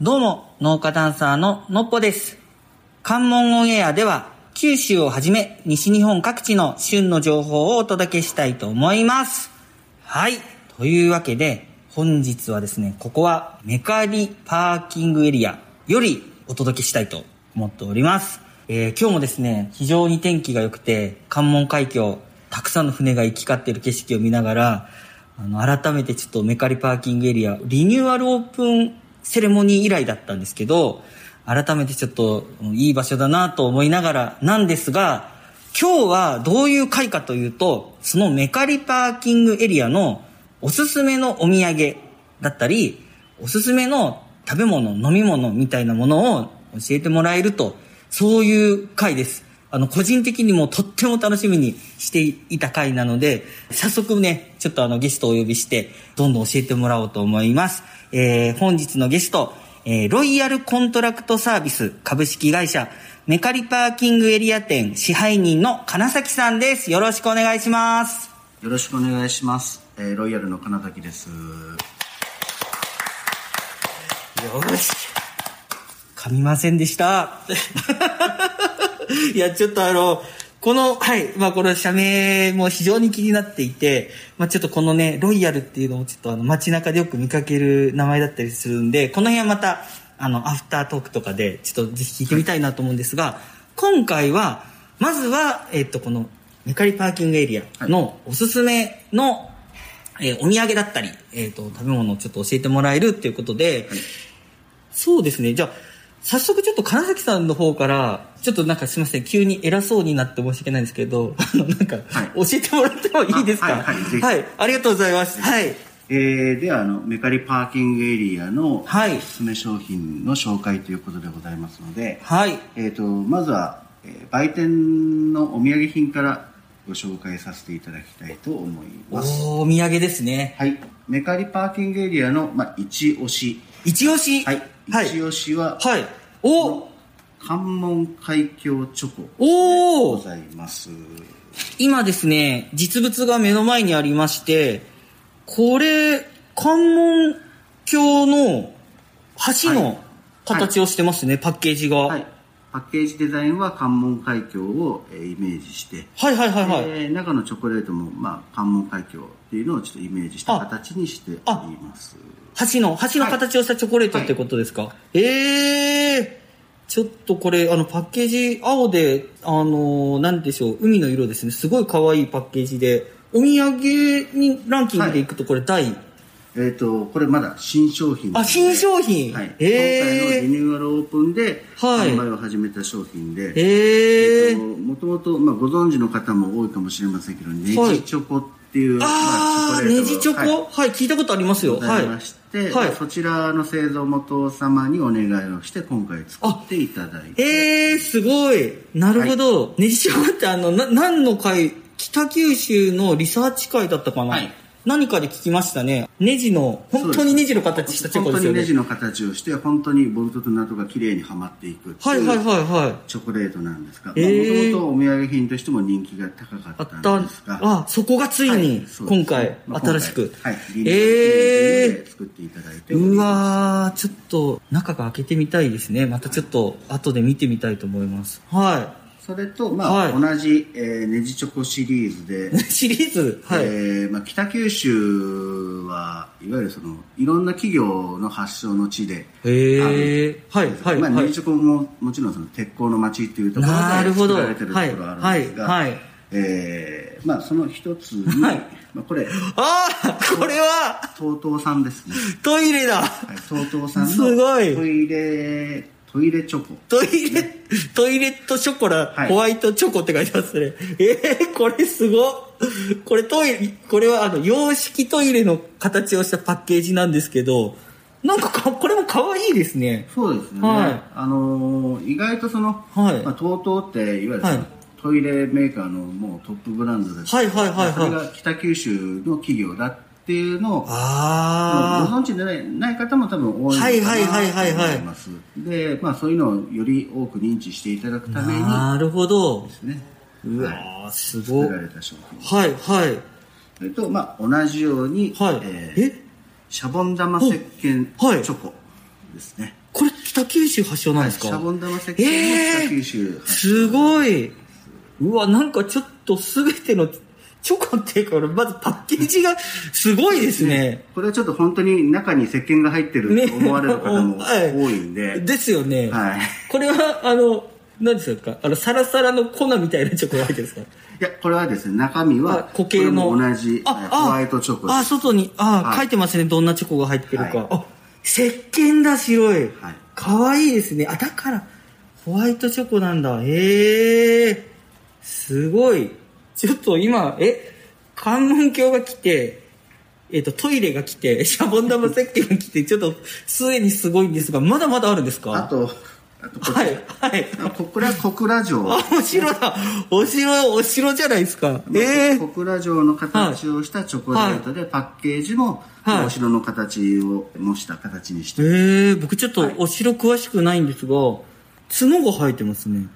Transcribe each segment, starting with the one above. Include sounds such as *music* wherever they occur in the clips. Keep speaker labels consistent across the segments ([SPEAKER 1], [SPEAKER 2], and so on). [SPEAKER 1] どうも、農家ダンサーののっぽです。関門オンエアでは、九州をはじめ、西日本各地の旬の情報をお届けしたいと思います。はい。というわけで、本日はですね、ここはメカリパーキングエリアよりお届けしたいと思っております。えー今日もですね、非常に天気が良くて、関門海峡、たくさんの船が行き交っている景色を見ながら、あの、改めてちょっとメカリパーキングエリア、リニューアルオープンセレモニー以来だったんですけど、改めてちょっとうんいい場所だなと思いながらなんですが、今日はどういう回かというと、そのメカリパーキングエリアのおすすめのお土産だったり、おすすめの食べ物、飲み物みたいなものを教えてもらえると、そういう回です。あの、個人的にもとっても楽しみにしていた回なので、早速ね、ちょっとあのゲストをお呼びして、どんどん教えてもらおうと思います。えー、本日のゲスト、えーロイヤルコントラクトサービス株式会社、メカリパーキングエリア店支配人の金崎さんです。よろしくお願いします。
[SPEAKER 2] よろしくお願いします。えーロイヤルの金崎です。
[SPEAKER 1] よし。噛みませんでした。 *laughs* いや、ちょっとあの、この、はい、まあこの社名も非常に気になっていて、まあちょっとこのね、ロイヤルっていうのもちょっとあの街中でよく見かける名前だったりするんで、この辺はまた、あの、アフタートークとかで、ちょっとぜひ聞いてみたいなと思うんですが、今回は、まずは、えっと、この、メカリパーキングエリアのおすすめのえーお土産だったり、えー、と食べ物をちょっと教えてもらえるっていうことで、そうですねじゃあ早速ちょっと金崎さんの方からちょっとなんかすみません急に偉そうになって申し訳ないんですけど *laughs* あのなんか、
[SPEAKER 2] はい
[SPEAKER 1] 教えてもらってもいいですか
[SPEAKER 2] あはいはいぜひ
[SPEAKER 1] はい、ありがとうございますはい
[SPEAKER 2] えーではあのメカリパーキングエリアのお
[SPEAKER 1] はい
[SPEAKER 2] すすめ商品の紹介ということでございますので、
[SPEAKER 1] はい
[SPEAKER 2] えー、とまずは、えー売店のお土産品からご紹介させていただきたいと思い
[SPEAKER 1] お
[SPEAKER 2] ます。
[SPEAKER 1] お土産ですね
[SPEAKER 2] はい、メカリパーキングエリアの、まあ、一押し、
[SPEAKER 1] 一押し
[SPEAKER 2] はい、
[SPEAKER 1] はい、
[SPEAKER 2] 一押しは、
[SPEAKER 1] はいお
[SPEAKER 2] 関門海峡チョコで
[SPEAKER 1] お
[SPEAKER 2] ご
[SPEAKER 1] ー
[SPEAKER 2] ざいます。
[SPEAKER 1] 今ですね、実物が目の前にありまして、これ、関門橋の橋
[SPEAKER 2] は
[SPEAKER 1] の形をしてますね、パッケージが。は
[SPEAKER 2] はいい、パッケージデザインは関門海峡を、えーイメージして、
[SPEAKER 1] はいはいはい。
[SPEAKER 2] えー中のチョコレートも、まあ、関門海峡っていうのをちょっとイメージした
[SPEAKER 1] あ
[SPEAKER 2] 形にしております
[SPEAKER 1] 橋の、橋の形をしたチョコレートってことですか、ええー、ちょっとこれ、あの、パッケージ、青で、あのーなんでしょう、海の色ですね。すごい可愛いパッケージで、お土産にランキングでいくと、これ、第、
[SPEAKER 2] えっ、とこれまだ新商品
[SPEAKER 1] あ、新商品、
[SPEAKER 2] 品はい、今回の
[SPEAKER 1] え
[SPEAKER 2] リニューアルオープンで
[SPEAKER 1] はい
[SPEAKER 2] 販売を始めた商品で、
[SPEAKER 1] ー、えー、
[SPEAKER 2] もともと、まあ、ご存知の方も多いかもしれませんけどネ
[SPEAKER 1] はい
[SPEAKER 2] ジチョコっていう、ま
[SPEAKER 1] あ
[SPEAKER 2] あ
[SPEAKER 1] あ、ネジチョコ、
[SPEAKER 2] はい
[SPEAKER 1] はい、聞いたことありますよ。
[SPEAKER 2] ござ
[SPEAKER 1] はいい。
[SPEAKER 2] まして、
[SPEAKER 1] はい
[SPEAKER 2] そちらの製造元様にお願いをして今回作っていただいて
[SPEAKER 1] えー、すごい。なるほど。ネジチョコってあの、な、何の会、北九州のリサーチ会だったかな、
[SPEAKER 2] はい
[SPEAKER 1] 何かで聞きましたね。ネジの、本当にネジの形したチョコですよ
[SPEAKER 2] 本当にネ
[SPEAKER 1] ね。
[SPEAKER 2] ジの形をして本当にボルトとナットが綺麗にはまっていくって
[SPEAKER 1] はいいはいうはいはい。
[SPEAKER 2] チョコレートなんですがも
[SPEAKER 1] えー
[SPEAKER 2] ともとお土産品としても人気が高か
[SPEAKER 1] あ
[SPEAKER 2] っ
[SPEAKER 1] ったた
[SPEAKER 2] んですが、
[SPEAKER 1] あ、そこがつい
[SPEAKER 2] はい
[SPEAKER 1] に、
[SPEAKER 2] そうで
[SPEAKER 1] 今
[SPEAKER 2] すね
[SPEAKER 1] 回、
[SPEAKER 2] まあ
[SPEAKER 1] 新しく。
[SPEAKER 2] 今回はいリニュー
[SPEAKER 1] え
[SPEAKER 2] ア
[SPEAKER 1] ー
[SPEAKER 2] ル記念ということで作っていただいており
[SPEAKER 1] う
[SPEAKER 2] ます
[SPEAKER 1] わー、ちょっと中が開けてみたいですね。またちょっと後で見てみたいと思います。は
[SPEAKER 2] それと、まあ
[SPEAKER 1] はい
[SPEAKER 2] 同じ、えーネジチョコシリーズで
[SPEAKER 1] い。、シリーズ、はい。
[SPEAKER 2] えーまあ、北九州はいわゆるそのいろんな企業の発祥の地で
[SPEAKER 1] へえ、はい、はい、
[SPEAKER 2] まあ、
[SPEAKER 1] は
[SPEAKER 2] 入
[SPEAKER 1] い。
[SPEAKER 2] 植ももちろんその鉄鋼の町っていうところで
[SPEAKER 1] なるほど
[SPEAKER 2] 作られてるところがあるんですが、
[SPEAKER 1] はいはいはい
[SPEAKER 2] えーまあ、その一つに、
[SPEAKER 1] はい
[SPEAKER 2] まあ、これ
[SPEAKER 1] ああこれは、
[SPEAKER 2] TOTO さんですね
[SPEAKER 1] トイレだ
[SPEAKER 2] はい TOTO さんの
[SPEAKER 1] すごい
[SPEAKER 2] トイレトイレチョコ
[SPEAKER 1] トイレ、トイレットショコラ、
[SPEAKER 2] はい
[SPEAKER 1] ホワイトチョコって書いてますね。えー、これすごっこれトイレ、これはあの、洋式トイレの形をしたパッケージなんですけど、なんかか、これも可愛いですね。
[SPEAKER 2] そうですね、
[SPEAKER 1] はい
[SPEAKER 2] あのー意外とその、
[SPEAKER 1] はい
[SPEAKER 2] まあ、TOTO っていわゆるその、
[SPEAKER 1] はい
[SPEAKER 2] トイレメーカーのもうトップブランドです
[SPEAKER 1] はいはいはいはい
[SPEAKER 2] それが北九州の企業だっていうのをまあ
[SPEAKER 1] あ
[SPEAKER 2] ご存知でないない方も多分多いの
[SPEAKER 1] はいはい
[SPEAKER 2] か
[SPEAKER 1] はいはい
[SPEAKER 2] なと
[SPEAKER 1] はい
[SPEAKER 2] 思いますで、まあ、そういうのをより多く認知していただくた
[SPEAKER 1] あ
[SPEAKER 2] めにで
[SPEAKER 1] なるほど。
[SPEAKER 2] すね
[SPEAKER 1] うわ
[SPEAKER 2] はい
[SPEAKER 1] ーすごっ
[SPEAKER 2] 作られた商品
[SPEAKER 1] はい、はい。
[SPEAKER 2] それと、まあ、同じように、
[SPEAKER 1] はい
[SPEAKER 2] えー
[SPEAKER 1] え
[SPEAKER 2] シャボン玉石鹸
[SPEAKER 1] はい
[SPEAKER 2] チョコですね
[SPEAKER 1] これ北九州発祥なんですか、
[SPEAKER 2] シャボン玉石鹸も
[SPEAKER 1] え
[SPEAKER 2] 北
[SPEAKER 1] ー
[SPEAKER 2] 九州発祥、
[SPEAKER 1] すごいうわなんかちょっと全てのチョコっていうか俺まずパッケージがすごいですね
[SPEAKER 2] これはちょっと本当に中に石鹸が入ってる
[SPEAKER 1] ね
[SPEAKER 2] と思われる
[SPEAKER 1] *laughs*
[SPEAKER 2] 方も
[SPEAKER 1] はい
[SPEAKER 2] 多いんで、
[SPEAKER 1] ですよね、
[SPEAKER 2] はい。
[SPEAKER 1] これはあの何ですかあのサラサラの粉みたいなチョコが入ってるんですか
[SPEAKER 2] いや、これはですね、中身
[SPEAKER 1] あ
[SPEAKER 2] は、
[SPEAKER 1] 固形の
[SPEAKER 2] これも同じ、えーホワイトチョコです。
[SPEAKER 1] あ外にあ、
[SPEAKER 2] はい
[SPEAKER 1] 書いてますねどんなチョコが入ってるか、
[SPEAKER 2] はい
[SPEAKER 1] あ石鹸だ白い、可
[SPEAKER 2] はい
[SPEAKER 1] 愛かわいいですねあだからホワイトチョコなんだへえすごいちょっと今え関門橋が来てえっと、トイレが来て、 *laughs* シャボン玉石鹸が来て、ちょっと、すでにすごいんですが、まだまだあるんですか
[SPEAKER 2] あと、あとこっち、
[SPEAKER 1] はい、はい。
[SPEAKER 2] 小倉、小倉城。
[SPEAKER 1] あ、お城だ。お城、お城じゃないですか。ええ
[SPEAKER 2] 小倉城の形をしたチョコレートで、パッケージも、
[SPEAKER 1] はい
[SPEAKER 2] お城の形を模した形にして、
[SPEAKER 1] ええ僕ちょっとお城詳しくないんですが、角が生えてますね。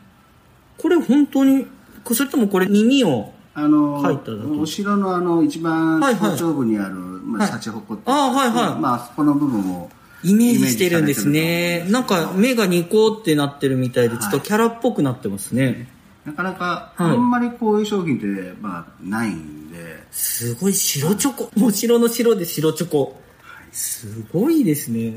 [SPEAKER 1] これ本当に、こそれともこれ耳を、
[SPEAKER 2] あの
[SPEAKER 1] 書いてあると
[SPEAKER 2] お城のあの一番
[SPEAKER 1] はいはい
[SPEAKER 2] 頭頂部にある、ま
[SPEAKER 1] は
[SPEAKER 2] あ、
[SPEAKER 1] い
[SPEAKER 2] 幸鉾って、
[SPEAKER 1] あはいはい
[SPEAKER 2] まあそこの部分を
[SPEAKER 1] イメージしてるんですね。
[SPEAKER 2] イメ
[SPEAKER 1] な
[SPEAKER 2] ー
[SPEAKER 1] ん
[SPEAKER 2] ジされ
[SPEAKER 1] か
[SPEAKER 2] てると思うんですけど
[SPEAKER 1] 目がニコってなってるみたいで、
[SPEAKER 2] はい
[SPEAKER 1] ちょっとキャラっぽくなってますね。
[SPEAKER 2] なかなか、
[SPEAKER 1] はい
[SPEAKER 2] あんまりこういう商品って、まあ、ないんで、
[SPEAKER 1] すごい白チョコ。お城の白で白チョコ。すごいですね。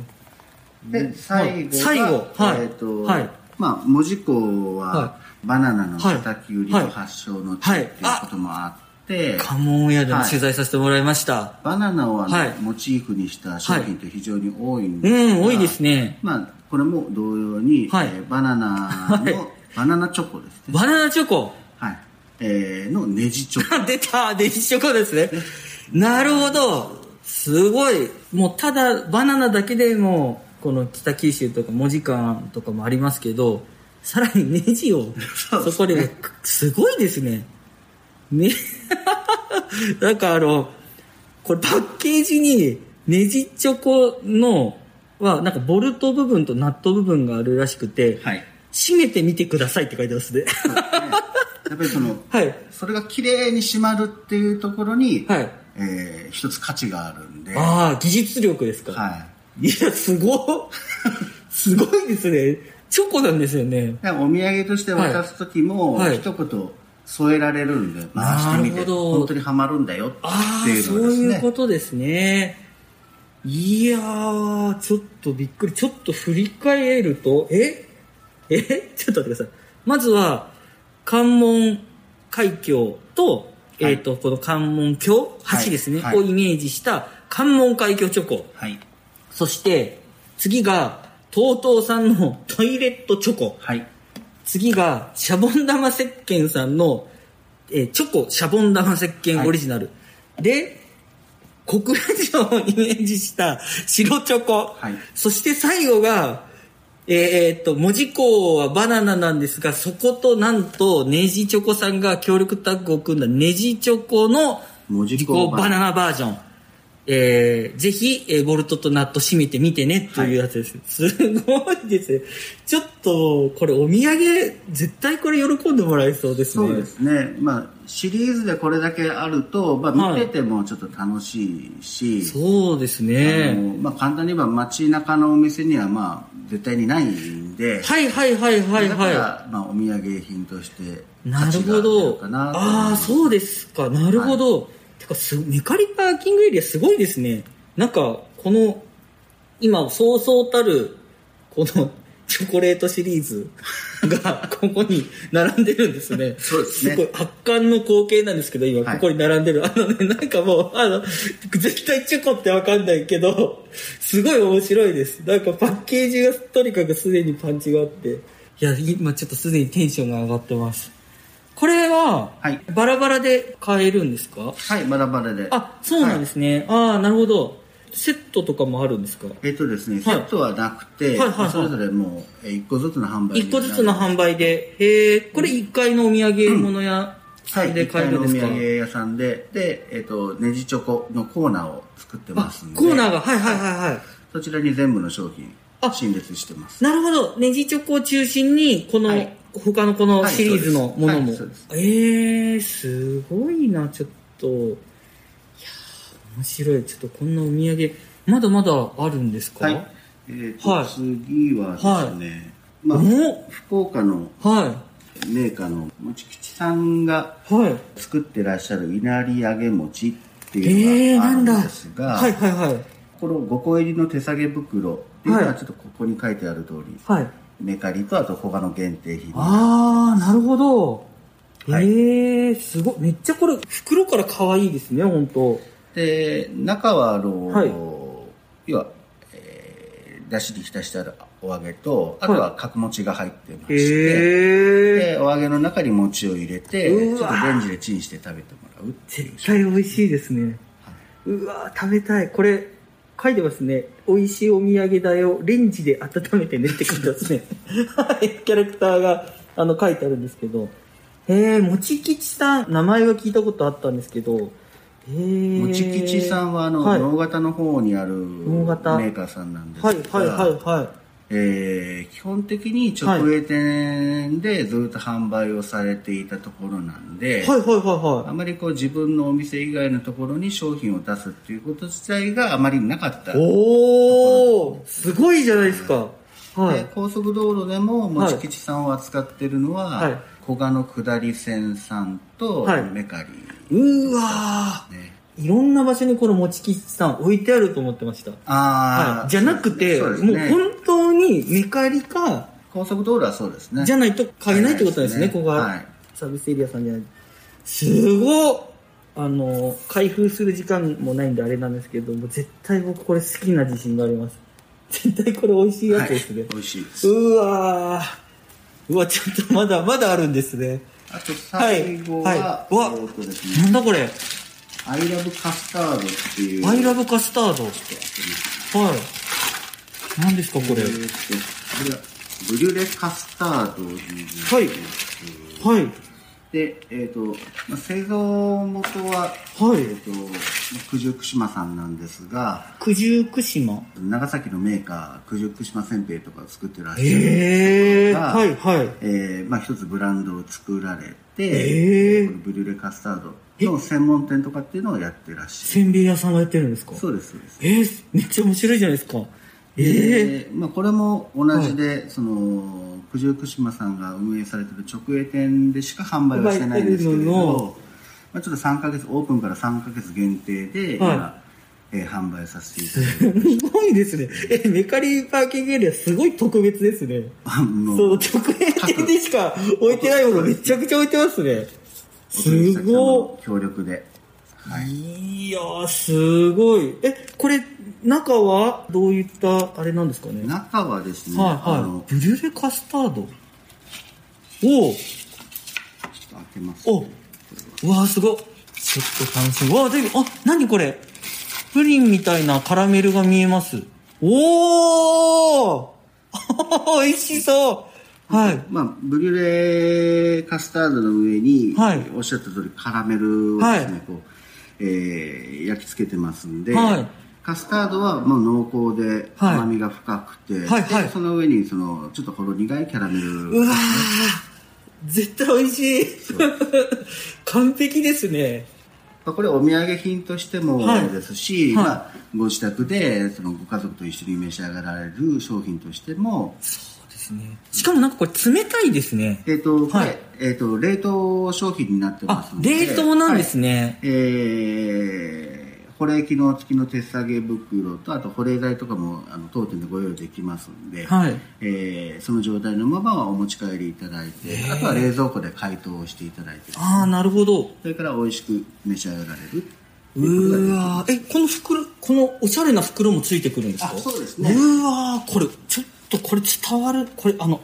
[SPEAKER 2] で最後が、
[SPEAKER 1] 最後はい
[SPEAKER 2] えっ、と、
[SPEAKER 1] はい
[SPEAKER 2] まあ文字工は、
[SPEAKER 1] は
[SPEAKER 2] バナナの
[SPEAKER 1] はい
[SPEAKER 2] 叩き売りの発祥の地、
[SPEAKER 1] はい
[SPEAKER 2] っていうこともあって、
[SPEAKER 1] 家紋屋でも
[SPEAKER 2] はい
[SPEAKER 1] 取材させてもらいました。
[SPEAKER 2] バナナをあの、
[SPEAKER 1] はい
[SPEAKER 2] モチーフにした商品って非常に多いんですが、
[SPEAKER 1] うん、多いですね。
[SPEAKER 2] まあこれも同様に、
[SPEAKER 1] はい
[SPEAKER 2] えーバナナの、
[SPEAKER 1] はい
[SPEAKER 2] バナナチョコですね
[SPEAKER 1] バナナチョコ。
[SPEAKER 2] はい、えー、のネジチョ
[SPEAKER 1] *laughs*
[SPEAKER 2] コ
[SPEAKER 1] 出た電子チョコですね。なるほど。すごい。もうただバナナだけでも、この北九州とか文字館とかもありますけど、さらにネジを、
[SPEAKER 2] そうです
[SPEAKER 1] そこ
[SPEAKER 2] ね
[SPEAKER 1] で、すごいですね。ね、 *laughs* なんかあの、これパッケージにネジチョコの、は、なんかボルト部分とナット部分があるらしくて、
[SPEAKER 2] はい
[SPEAKER 1] 締めてみてくださいって書いてますね。
[SPEAKER 2] やっぱりその
[SPEAKER 1] はい。
[SPEAKER 2] それが綺麗に締まるっていうところに、
[SPEAKER 1] はい。
[SPEAKER 2] えー一つ価値があるんで、は
[SPEAKER 1] ああ、技術力ですか。
[SPEAKER 2] い、
[SPEAKER 1] いや、すごっすごいですね。チョコなんですよね。
[SPEAKER 2] だからお土産として渡す時も、
[SPEAKER 1] はいはい
[SPEAKER 2] 一言添えられるんで回してみ
[SPEAKER 1] なる
[SPEAKER 2] て
[SPEAKER 1] ほど
[SPEAKER 2] 本当にはまるんだよ
[SPEAKER 1] あ
[SPEAKER 2] って
[SPEAKER 1] あ、
[SPEAKER 2] いう
[SPEAKER 1] そう
[SPEAKER 2] のがです
[SPEAKER 1] いう
[SPEAKER 2] ね
[SPEAKER 1] ことですね。いやー、ちょっとびっくり。ちょっと振り返ると、ええちょっと待ってください。まずは、関門海峡と、
[SPEAKER 2] は
[SPEAKER 1] え
[SPEAKER 2] い
[SPEAKER 1] っ、と、この関門橋
[SPEAKER 2] はい
[SPEAKER 1] 橋ですね、
[SPEAKER 2] はい
[SPEAKER 1] をイメージした関門海峡チョコ。
[SPEAKER 2] はい
[SPEAKER 1] そして、次が、TOTO さんのトイレットチョコ。
[SPEAKER 2] はい
[SPEAKER 1] 次がシャボン玉石鹸さんの、えーチョコシャボン玉石鹸オリジナル、で小倉城をイメージした白チョコ、
[SPEAKER 2] はい
[SPEAKER 1] そして最後がえーっと文字工はバナナなんですがそことなんとネジチョコさんが協力タッグを組んだネジチョコの
[SPEAKER 2] 文字工
[SPEAKER 1] バナナバージョンえー、ぜひ、えーボルトとナット締めてみてねというやつです。すごいですね。ちょっと、これお土産、絶対これ喜んでもらえそうですね。
[SPEAKER 2] そうですねまあシリーズでこれだけあると、まあ、
[SPEAKER 1] はい
[SPEAKER 2] 見ててもちょっと楽しいし、
[SPEAKER 1] そうです
[SPEAKER 2] あ
[SPEAKER 1] ね。
[SPEAKER 2] のまあ、簡単に言えば街中のお店にはまあ絶対にないんで、
[SPEAKER 1] はいはいはいはい
[SPEAKER 2] だか
[SPEAKER 1] は
[SPEAKER 2] ら、まあ、お土産品として
[SPEAKER 1] い。
[SPEAKER 2] 価
[SPEAKER 1] なる
[SPEAKER 2] 値が
[SPEAKER 1] ほ
[SPEAKER 2] ある
[SPEAKER 1] ど
[SPEAKER 2] か。なと思い
[SPEAKER 1] ああ、
[SPEAKER 2] ます
[SPEAKER 1] そうですか。なるほど。てかす、メカリパーキングエリアすごいですね。なんか、この、今、そうそうたる、この、 *laughs* チョコレートシリーズ *laughs* が、ここに並んでるんですね。
[SPEAKER 2] そうですね
[SPEAKER 1] ごい圧巻の光景なんですけど、今、
[SPEAKER 2] はい
[SPEAKER 1] ここに並んでる。あのね、なんかもう、あの、絶対チョコってわかんないけど、すごい面白いです。なんかパッケージがとにかくすでにパンチがあって。いや、今ちょっとすでにテンションが上がってます。これは、
[SPEAKER 2] はい
[SPEAKER 1] バラバラで買えるんですか
[SPEAKER 2] はいバラバラで
[SPEAKER 1] あ、そうなんですね。ああ、なるほど。セットとかもあるんですか
[SPEAKER 2] えっとですね、
[SPEAKER 1] い
[SPEAKER 2] セットはなくて、
[SPEAKER 1] はいはいはい
[SPEAKER 2] それぞれもう1個ずつの販売
[SPEAKER 1] 一個ずつの販売で。へえ、これ1階のお土産物屋
[SPEAKER 2] はい、
[SPEAKER 1] で
[SPEAKER 2] で
[SPEAKER 1] 買えるん
[SPEAKER 2] のお
[SPEAKER 1] です
[SPEAKER 2] 土
[SPEAKER 1] か、
[SPEAKER 2] 産屋さんで、で、えっ、と、ネジチョコのコーナーを作ってま
[SPEAKER 1] あ
[SPEAKER 2] すんで、
[SPEAKER 1] コーナーが、はいはいはいはい。
[SPEAKER 2] そちらに全部の商品
[SPEAKER 1] あ、
[SPEAKER 2] 陳列してます。
[SPEAKER 1] なるほど。ネジチョコを中心に、この、
[SPEAKER 2] はい
[SPEAKER 1] 他のこのシリーズのものも。
[SPEAKER 2] はいそうです
[SPEAKER 1] えー、すごいな、ちょっと。いやー面白い。ちょっとこんなお土産、まだまだあるんですか
[SPEAKER 2] はい。えーと
[SPEAKER 1] はい
[SPEAKER 2] 次はですね、まあ、
[SPEAKER 1] お
[SPEAKER 2] 福岡の
[SPEAKER 1] は
[SPEAKER 2] メーカーのもち吉さんが
[SPEAKER 1] い。はい。
[SPEAKER 2] 作ってらっしゃるいなり揚げ餅って
[SPEAKER 1] え
[SPEAKER 2] い
[SPEAKER 1] えー、
[SPEAKER 2] うのが
[SPEAKER 1] な
[SPEAKER 2] ある
[SPEAKER 1] ん
[SPEAKER 2] ん
[SPEAKER 1] だ。
[SPEAKER 2] ですが、
[SPEAKER 1] はいはいはい。
[SPEAKER 2] この5個入りの手提げ袋っていうの
[SPEAKER 1] は
[SPEAKER 2] はいちょっとここに書いてある通り、
[SPEAKER 1] はい。
[SPEAKER 2] メカリとあと他の限定品
[SPEAKER 1] あー、なるほど。
[SPEAKER 2] はい
[SPEAKER 1] ええー、すごい。めっちゃこれ、袋から可愛いですね、ほんと。
[SPEAKER 2] で中はあの、
[SPEAKER 1] はい
[SPEAKER 2] 要は、えー、だしに浸したお揚げとあとは角餅が入ってまして、
[SPEAKER 1] ええー。
[SPEAKER 2] でお揚げの中に餅を入れてちょ
[SPEAKER 1] う
[SPEAKER 2] っ
[SPEAKER 1] わ
[SPEAKER 2] とレンジでチンして食べてもらうっていう
[SPEAKER 1] 絶対美味しいですね。うわー、食べたい。これ、書いてますね。美味しいお土産だよ。レンジで温めてねって書いてますね。はい。キャラクターが、あの、書いてあるんですけど。えー、もちきちさん、名前は聞いたことあったんですけど。えー。
[SPEAKER 2] もち吉さんはあの、
[SPEAKER 1] はい
[SPEAKER 2] 農型の方にある
[SPEAKER 1] 農
[SPEAKER 2] メ
[SPEAKER 1] 型
[SPEAKER 2] ーカーさんなんですが、
[SPEAKER 1] はいはいはいはい。
[SPEAKER 2] えー基本的に直営店でずっと販売をされていたところなんで、
[SPEAKER 1] はいはいはい
[SPEAKER 2] あ
[SPEAKER 1] は
[SPEAKER 2] まりこう自分のお店以外のところに商品を出すっていうこと自体があまりなかった。
[SPEAKER 1] い。おお、すごいじゃないですか。は
[SPEAKER 2] で
[SPEAKER 1] い。
[SPEAKER 2] 高速道路でも
[SPEAKER 1] は
[SPEAKER 2] も
[SPEAKER 1] い
[SPEAKER 2] ち吉さんを扱ってるのは、
[SPEAKER 1] はい
[SPEAKER 2] 古賀の下り線さんと
[SPEAKER 1] はい
[SPEAKER 2] メカリ
[SPEAKER 1] うわ
[SPEAKER 2] ね。
[SPEAKER 1] ーいろんな場所にこのもちきちさん置いてあると思ってました。
[SPEAKER 2] ああ、
[SPEAKER 1] はい。じゃなくて、
[SPEAKER 2] そうです
[SPEAKER 1] もう
[SPEAKER 2] ね
[SPEAKER 1] 本当にメカリか、
[SPEAKER 2] 高速道路はそうですね。
[SPEAKER 1] じゃないと買えないってことなんですね、
[SPEAKER 2] 買
[SPEAKER 1] こ
[SPEAKER 2] え
[SPEAKER 1] こ
[SPEAKER 2] ない
[SPEAKER 1] が。
[SPEAKER 2] ですねはい
[SPEAKER 1] サービスエリアさんじゃない。すごっあの、開封する時間もないんであれなんですけど、もう絶対僕これ好きな自信があります。絶対これ美味しいやつですね。
[SPEAKER 2] はい、美味しいです。
[SPEAKER 1] うわーうわ、ちょっとまだまだあるんですね。
[SPEAKER 2] あと最後は、
[SPEAKER 1] はいはいうわ
[SPEAKER 2] えーとですね、
[SPEAKER 1] なんだこれ
[SPEAKER 2] アイラブカスタードっていう。
[SPEAKER 1] アイラブカスタード。はい。何ですかこ
[SPEAKER 2] え
[SPEAKER 1] れ。
[SPEAKER 2] ーと、これはブリュレカスタードになります
[SPEAKER 1] はいはい。
[SPEAKER 2] で、えーとまあ、製造元は、
[SPEAKER 1] はい
[SPEAKER 2] えーとまあ九十九島さんなんですが
[SPEAKER 1] 九十九島。
[SPEAKER 2] 長崎のメーカー九十九島せんべいとかを作ってらっしゃる
[SPEAKER 1] ええー。
[SPEAKER 2] が
[SPEAKER 1] はいはい。
[SPEAKER 2] えーまあ、一つブランドを作られ
[SPEAKER 1] え
[SPEAKER 2] て、
[SPEAKER 1] ー
[SPEAKER 2] このブリュレカスタードの専門店とかっていうのをやってらっし
[SPEAKER 1] せんべい屋さんがやってるんです
[SPEAKER 2] ゃ
[SPEAKER 1] か
[SPEAKER 2] るそうですそうです
[SPEAKER 1] えー、めっちゃ面白いじゃないですか。ええ
[SPEAKER 2] でまあ、これも同じで、その九十九島さんが運営されてる直営店でしか販売はしてないんですけれ
[SPEAKER 1] 販売してるの
[SPEAKER 2] ど、まあ、ちょっと3ヶ月オープンから3ヶ月限定で今、
[SPEAKER 1] は
[SPEAKER 2] えー販売させていただいて
[SPEAKER 1] ー。すごいですね。え、メカリパーキングエリアすごい特別ですね。
[SPEAKER 2] あの
[SPEAKER 1] そう、直営店でしか置いてないものめちゃくちゃ置いてますね。
[SPEAKER 2] お取引
[SPEAKER 1] す
[SPEAKER 2] 先様
[SPEAKER 1] ごっ
[SPEAKER 2] の協力で、はい、
[SPEAKER 1] いやー、すごい。え、これ、中はどういった、あれなんですかね。
[SPEAKER 2] 中はですね、
[SPEAKER 1] はい
[SPEAKER 2] あ
[SPEAKER 1] は
[SPEAKER 2] の
[SPEAKER 1] い。ブリュレカスタード。おう
[SPEAKER 2] ちょっと開けます
[SPEAKER 1] おうわー、すごっちょっと楽しみ。わー、でも、あ、なにこれ。プリンみたいなカラメルが見えます。おー *laughs* 美味しそうはい。
[SPEAKER 2] まあ、ブリュレカスタードの上に、
[SPEAKER 1] はい
[SPEAKER 2] おっしゃった通りカラメルをですね、
[SPEAKER 1] はい
[SPEAKER 2] こうえー焼き付けてますんで、
[SPEAKER 1] はい
[SPEAKER 2] カスタードはまあ濃厚で
[SPEAKER 1] はい
[SPEAKER 2] 甘みが深くて、
[SPEAKER 1] はいはい
[SPEAKER 2] でその上にそのちょっとほろ苦いキャラメ
[SPEAKER 1] う
[SPEAKER 2] ル
[SPEAKER 1] わー絶対美味しい *laughs* 完璧ですね。
[SPEAKER 2] まあこれお土産品としても
[SPEAKER 1] はい
[SPEAKER 2] ですし、
[SPEAKER 1] はい
[SPEAKER 2] まあ、ご自宅でそのご家族と一緒に召し上がられる商品としても、
[SPEAKER 1] そうですね。しかもなんかこれ冷たいですね。
[SPEAKER 2] えっとこれ
[SPEAKER 1] はい
[SPEAKER 2] えっと冷凍商品になってま
[SPEAKER 1] あ
[SPEAKER 2] す、ので
[SPEAKER 1] 冷凍なんですね。
[SPEAKER 2] えー、保冷機能付きの手提げ袋とあと保冷剤とかもあの当店でご用意できますんで、
[SPEAKER 1] はい。
[SPEAKER 2] えーその状態のままお持ち帰りいただいて、あとは冷蔵庫で解凍していただいて
[SPEAKER 1] ああ、なるほど。
[SPEAKER 2] それから美味しく召し上がられる
[SPEAKER 1] うーわーえ、この袋、このおしゃれな袋もついてくるんですか
[SPEAKER 2] あそうですね
[SPEAKER 1] うーわーこれ、ちょっとこれ伝わる、これあの、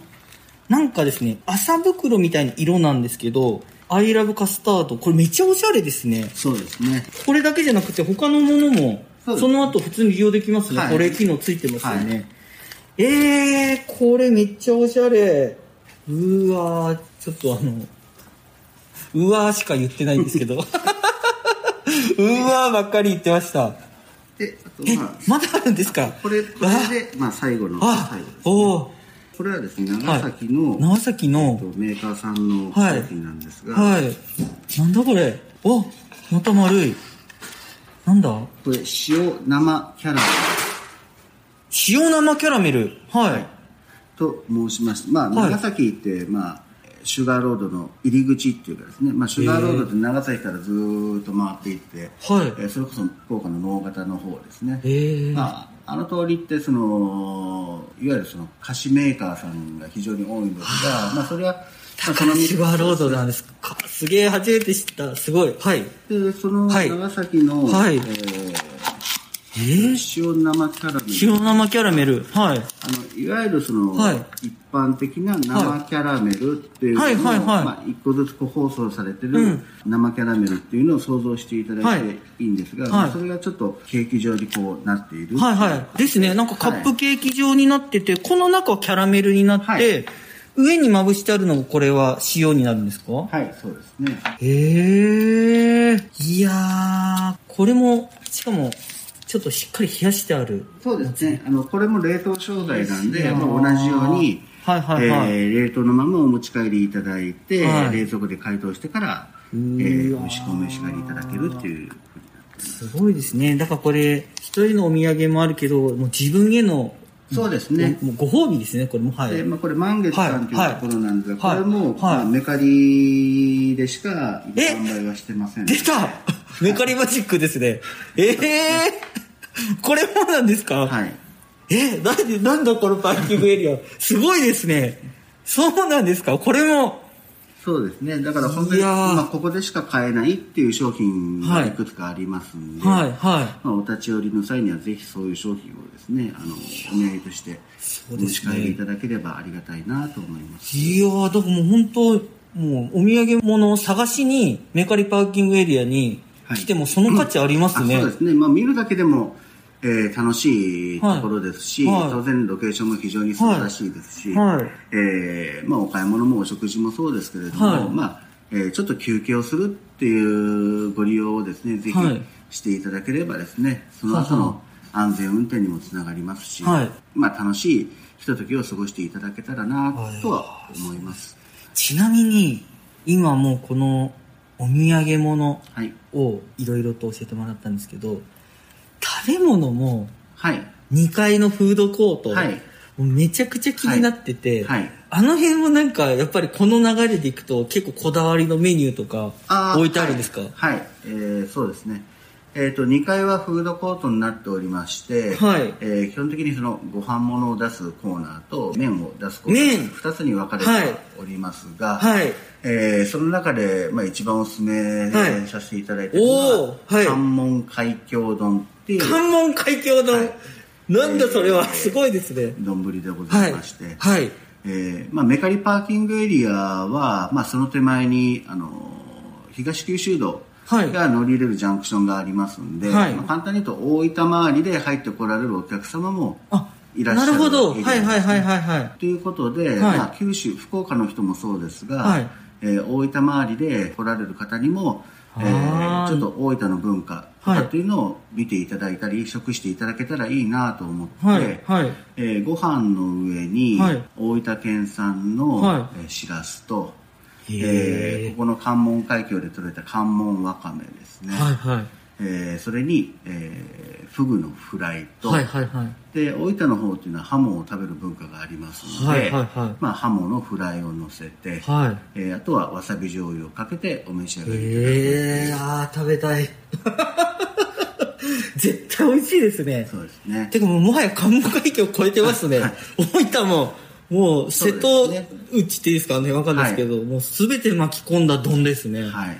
[SPEAKER 1] なんかですね、麻袋みたいな色なんですけど、アイラブカスタード、これめっちゃおしゃれですね。
[SPEAKER 2] そうですね
[SPEAKER 1] これだけじゃなくて他のものも
[SPEAKER 2] そうです
[SPEAKER 1] その後普通に利用できますね、
[SPEAKER 2] はい
[SPEAKER 1] これ機能ついてますよね、えー、これめっちゃおしゃれうーわーちょっとあのうわーしか言ってないんですけ *laughs* どうーわーばっかり言ってました
[SPEAKER 2] であと
[SPEAKER 1] え
[SPEAKER 2] まあ
[SPEAKER 1] まだあるんですか
[SPEAKER 2] これこ
[SPEAKER 1] わ
[SPEAKER 2] れでまあ最後の
[SPEAKER 1] あ
[SPEAKER 2] 最後です
[SPEAKER 1] おお
[SPEAKER 2] これはですね長崎の、
[SPEAKER 1] 長崎
[SPEAKER 2] えっ
[SPEAKER 1] の
[SPEAKER 2] とメーカーさんの
[SPEAKER 1] はい
[SPEAKER 2] 商品なんですが、
[SPEAKER 1] はいなんだこれおまた丸いなんだ
[SPEAKER 2] これ塩生キャラメル
[SPEAKER 1] 塩塩生キャラメル。はい。
[SPEAKER 2] と申しまして、まあ、
[SPEAKER 1] はい
[SPEAKER 2] 長崎って、まあ、シュガーロードの入り口っていうかですね、まあ、シュガーロードって長崎からずーっと回っていって、
[SPEAKER 1] はい
[SPEAKER 2] えーそれこそ福岡の能形の方ですね、
[SPEAKER 1] へえ
[SPEAKER 2] まあ、あの通りってそのいわゆるその菓子メーカーさんが非常に多いんですが、まあ、それは、まあ、その
[SPEAKER 1] シュガーロードなんですか。すげえ、初めて知った。すごい。はい。
[SPEAKER 2] でその
[SPEAKER 1] はい
[SPEAKER 2] 長崎の、
[SPEAKER 1] はい
[SPEAKER 2] えー
[SPEAKER 1] えー、
[SPEAKER 2] 塩生キャラメル
[SPEAKER 1] 塩生キャラメル。はい。
[SPEAKER 2] あのいわゆるその、
[SPEAKER 1] はい
[SPEAKER 2] 一般的な生キャラメルっていうのを、
[SPEAKER 1] はいはいはいはい
[SPEAKER 2] まあ、一個ずつ個包装されて
[SPEAKER 1] う
[SPEAKER 2] る
[SPEAKER 1] ん
[SPEAKER 2] 生キャラメルっていうのを想像していただい
[SPEAKER 1] はい
[SPEAKER 2] ていいんですが、
[SPEAKER 1] はい
[SPEAKER 2] まあそれがちょっとケーキ状にこうなっている
[SPEAKER 1] はいはい。ですね。なんかカップケーキ状になってて、この中はキャラメルになって、
[SPEAKER 2] はい
[SPEAKER 1] 上にまぶしてあるのがこれは塩になるんですか
[SPEAKER 2] はい、はい、そうですね
[SPEAKER 1] へえ。いやー、これも、しかも、ちょっとしっかり冷やしてある。
[SPEAKER 2] そうですねあのこれも冷凍商材なん
[SPEAKER 1] い
[SPEAKER 2] で
[SPEAKER 1] やー
[SPEAKER 2] もう同じように、
[SPEAKER 1] はいはいはい
[SPEAKER 2] えー冷凍のままお持ち帰りいただいて、
[SPEAKER 1] はい
[SPEAKER 2] 冷蔵庫で解凍してから、え
[SPEAKER 1] う
[SPEAKER 2] ー、
[SPEAKER 1] わー
[SPEAKER 2] 美味しくお召し上がりいただけるっていう
[SPEAKER 1] すごいですね。だからこれ、一人のお土産もあるけど、もう自分への、
[SPEAKER 2] そうですね、
[SPEAKER 1] もうご褒美ですね、これも。はい。
[SPEAKER 2] でまあ、これ満月さんとい
[SPEAKER 1] はいう
[SPEAKER 2] ところなんですが、
[SPEAKER 1] はい
[SPEAKER 2] これも、
[SPEAKER 1] はい
[SPEAKER 2] まあメカリでしか
[SPEAKER 1] え
[SPEAKER 2] 販売はしてません
[SPEAKER 1] 出た *laughs* メカリマジックですね。ええー、 *laughs* これもなんですか
[SPEAKER 2] はい
[SPEAKER 1] え、なんで、なんだこのパーキングエリア。すごいですね。そうなんですかこれも。
[SPEAKER 2] そうですねだから本当に、
[SPEAKER 1] いやー
[SPEAKER 2] まあ、ここでしか買えないっていう商品
[SPEAKER 1] は
[SPEAKER 2] が
[SPEAKER 1] い
[SPEAKER 2] いくつかありますんで、
[SPEAKER 1] はい、は
[SPEAKER 2] まあ、お立ち寄りの際にはぜひそういう商品をですねあのお土産として
[SPEAKER 1] う
[SPEAKER 2] お
[SPEAKER 1] で
[SPEAKER 2] 持
[SPEAKER 1] す
[SPEAKER 2] ち
[SPEAKER 1] ね
[SPEAKER 2] 帰りいただければありがたいなと思います
[SPEAKER 1] い。いやー、だからもう本当、もうお土産物を探しに、メカリパーキングエリアに来ても、その価値ありますね。
[SPEAKER 2] あそうですね、まあ、見るだけでも、えー楽しいところですし、
[SPEAKER 1] はいはい
[SPEAKER 2] 当然ロケーションも非常に素晴らしいですし、
[SPEAKER 1] はいはい
[SPEAKER 2] えーまあ、お買い物もお食事もそうですけれども、
[SPEAKER 1] はい
[SPEAKER 2] まあえーちょっと休憩をするっていうご利用をですねぜひ
[SPEAKER 1] はい
[SPEAKER 2] していただければですねその後
[SPEAKER 1] はいは
[SPEAKER 2] の安全運転にもつながりますし、
[SPEAKER 1] はい
[SPEAKER 2] まあ、楽しいひとときを過ごしていただけたらなとは思います。
[SPEAKER 1] ちなみに、今もうこのお土産物
[SPEAKER 2] はい、
[SPEAKER 1] をいろいろと教えてもらったんですけど、食べ物も
[SPEAKER 2] はい
[SPEAKER 1] 2階のフードコート、
[SPEAKER 2] はい
[SPEAKER 1] もうめちゃくちゃ気になってて、
[SPEAKER 2] はいはい
[SPEAKER 1] あの辺もなんかやっぱりこの流れでいくと結構こだわりのメニューとか
[SPEAKER 2] あー
[SPEAKER 1] 置いてあるんですか、
[SPEAKER 2] はい、はいえーそうですねえー、と2階はフードコートになっておりまして、
[SPEAKER 1] はい
[SPEAKER 2] えー基本的にそのご飯物を出すコーナーと麺を出すコーナ
[SPEAKER 1] 麺
[SPEAKER 2] ー2つに分かれて
[SPEAKER 1] はい
[SPEAKER 2] おりますが、
[SPEAKER 1] はい
[SPEAKER 2] えーその中で、まあ、一番おすすめ
[SPEAKER 1] はい
[SPEAKER 2] させていただいてるのは、
[SPEAKER 1] おーはい
[SPEAKER 2] 関門海峡丼っていう
[SPEAKER 1] 関門海峡丼、
[SPEAKER 2] はい
[SPEAKER 1] なんだそれは、
[SPEAKER 2] えー
[SPEAKER 1] すごいですね
[SPEAKER 2] 丼でござ
[SPEAKER 1] はいい
[SPEAKER 2] まして、
[SPEAKER 1] はい
[SPEAKER 2] えーまあ、メカリパーキングエリアは、まあ、その手前に、あのー東九州道
[SPEAKER 1] はい
[SPEAKER 2] が乗り入れるジャンクションがありますんで、
[SPEAKER 1] はい
[SPEAKER 2] まあ、簡単に言うと大分周りで入ってこられるお客様も
[SPEAKER 1] あ
[SPEAKER 2] いらっしゃる
[SPEAKER 1] なるほどはいはい
[SPEAKER 2] い
[SPEAKER 1] はいはいはい
[SPEAKER 2] ということで、まあ、九州福岡の人もそうですが、
[SPEAKER 1] はい
[SPEAKER 2] えー大分周りで来られる方にも、え
[SPEAKER 1] あー
[SPEAKER 2] ーちょっと大分の文化とかっていうのを見ていただいたり、食していただけたらいいなと思って、
[SPEAKER 1] はいはい
[SPEAKER 2] えーご飯の上に、
[SPEAKER 1] はい
[SPEAKER 2] 大分県産の、
[SPEAKER 1] は
[SPEAKER 2] えーしらすと、
[SPEAKER 1] へー
[SPEAKER 2] えーここの関門海峡で採れた関門わかめですね、
[SPEAKER 1] はいはい
[SPEAKER 2] えーそれに、えーフグのフライと、
[SPEAKER 1] はいはいはい
[SPEAKER 2] で大分の方っていうのはハモを食べる文化がありますの
[SPEAKER 1] は
[SPEAKER 2] で、
[SPEAKER 1] いはいはい
[SPEAKER 2] まあ、ハモのフライを乗せて、
[SPEAKER 1] はい
[SPEAKER 2] えーあとはわさび醤油をかけてお召し上がりいただく、
[SPEAKER 1] ええー、あー食べたい *laughs* 絶対美味しいですね
[SPEAKER 2] そうですね
[SPEAKER 1] てかもうもはや関門海峡を越えてますね大分ももう瀬戸
[SPEAKER 2] そうです
[SPEAKER 1] 内っていいですかねわかんないですけど、もう全て巻き込んだ丼ですね、
[SPEAKER 2] はい。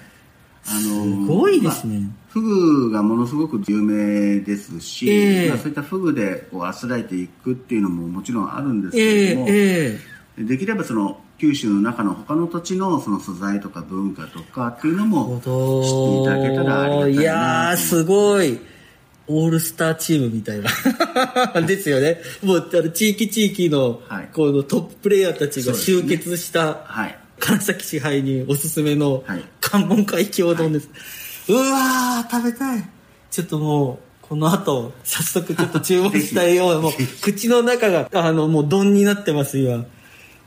[SPEAKER 2] あの
[SPEAKER 1] すごいですね
[SPEAKER 2] まあフグがものすごく有名ですし、
[SPEAKER 1] ええ
[SPEAKER 2] まあ、そういったフグでこうあしらえていくっていうのももちろんあるんですけ
[SPEAKER 1] え
[SPEAKER 2] れ
[SPEAKER 1] え
[SPEAKER 2] ども、
[SPEAKER 1] え
[SPEAKER 2] できればその九州の中の他の土地のその素材とか文化とかっていうの
[SPEAKER 1] え
[SPEAKER 2] も知っていただけたらありがたいなと思い
[SPEAKER 1] い
[SPEAKER 2] ます
[SPEAKER 1] やーすごいオールスターチームみたい
[SPEAKER 2] *laughs*
[SPEAKER 1] なですよねもうあの地域地域の,、
[SPEAKER 2] はい
[SPEAKER 1] このトッププレイヤーたちが集結した、
[SPEAKER 2] はい。
[SPEAKER 1] 金崎支配人おすすめの
[SPEAKER 2] はい
[SPEAKER 1] 関門海峡丼です、うわー食べたいちょっともうこの後早速ちょっと注文したいようもう
[SPEAKER 2] *laughs* ぜひ
[SPEAKER 1] 口の中があのもう丼になってます今い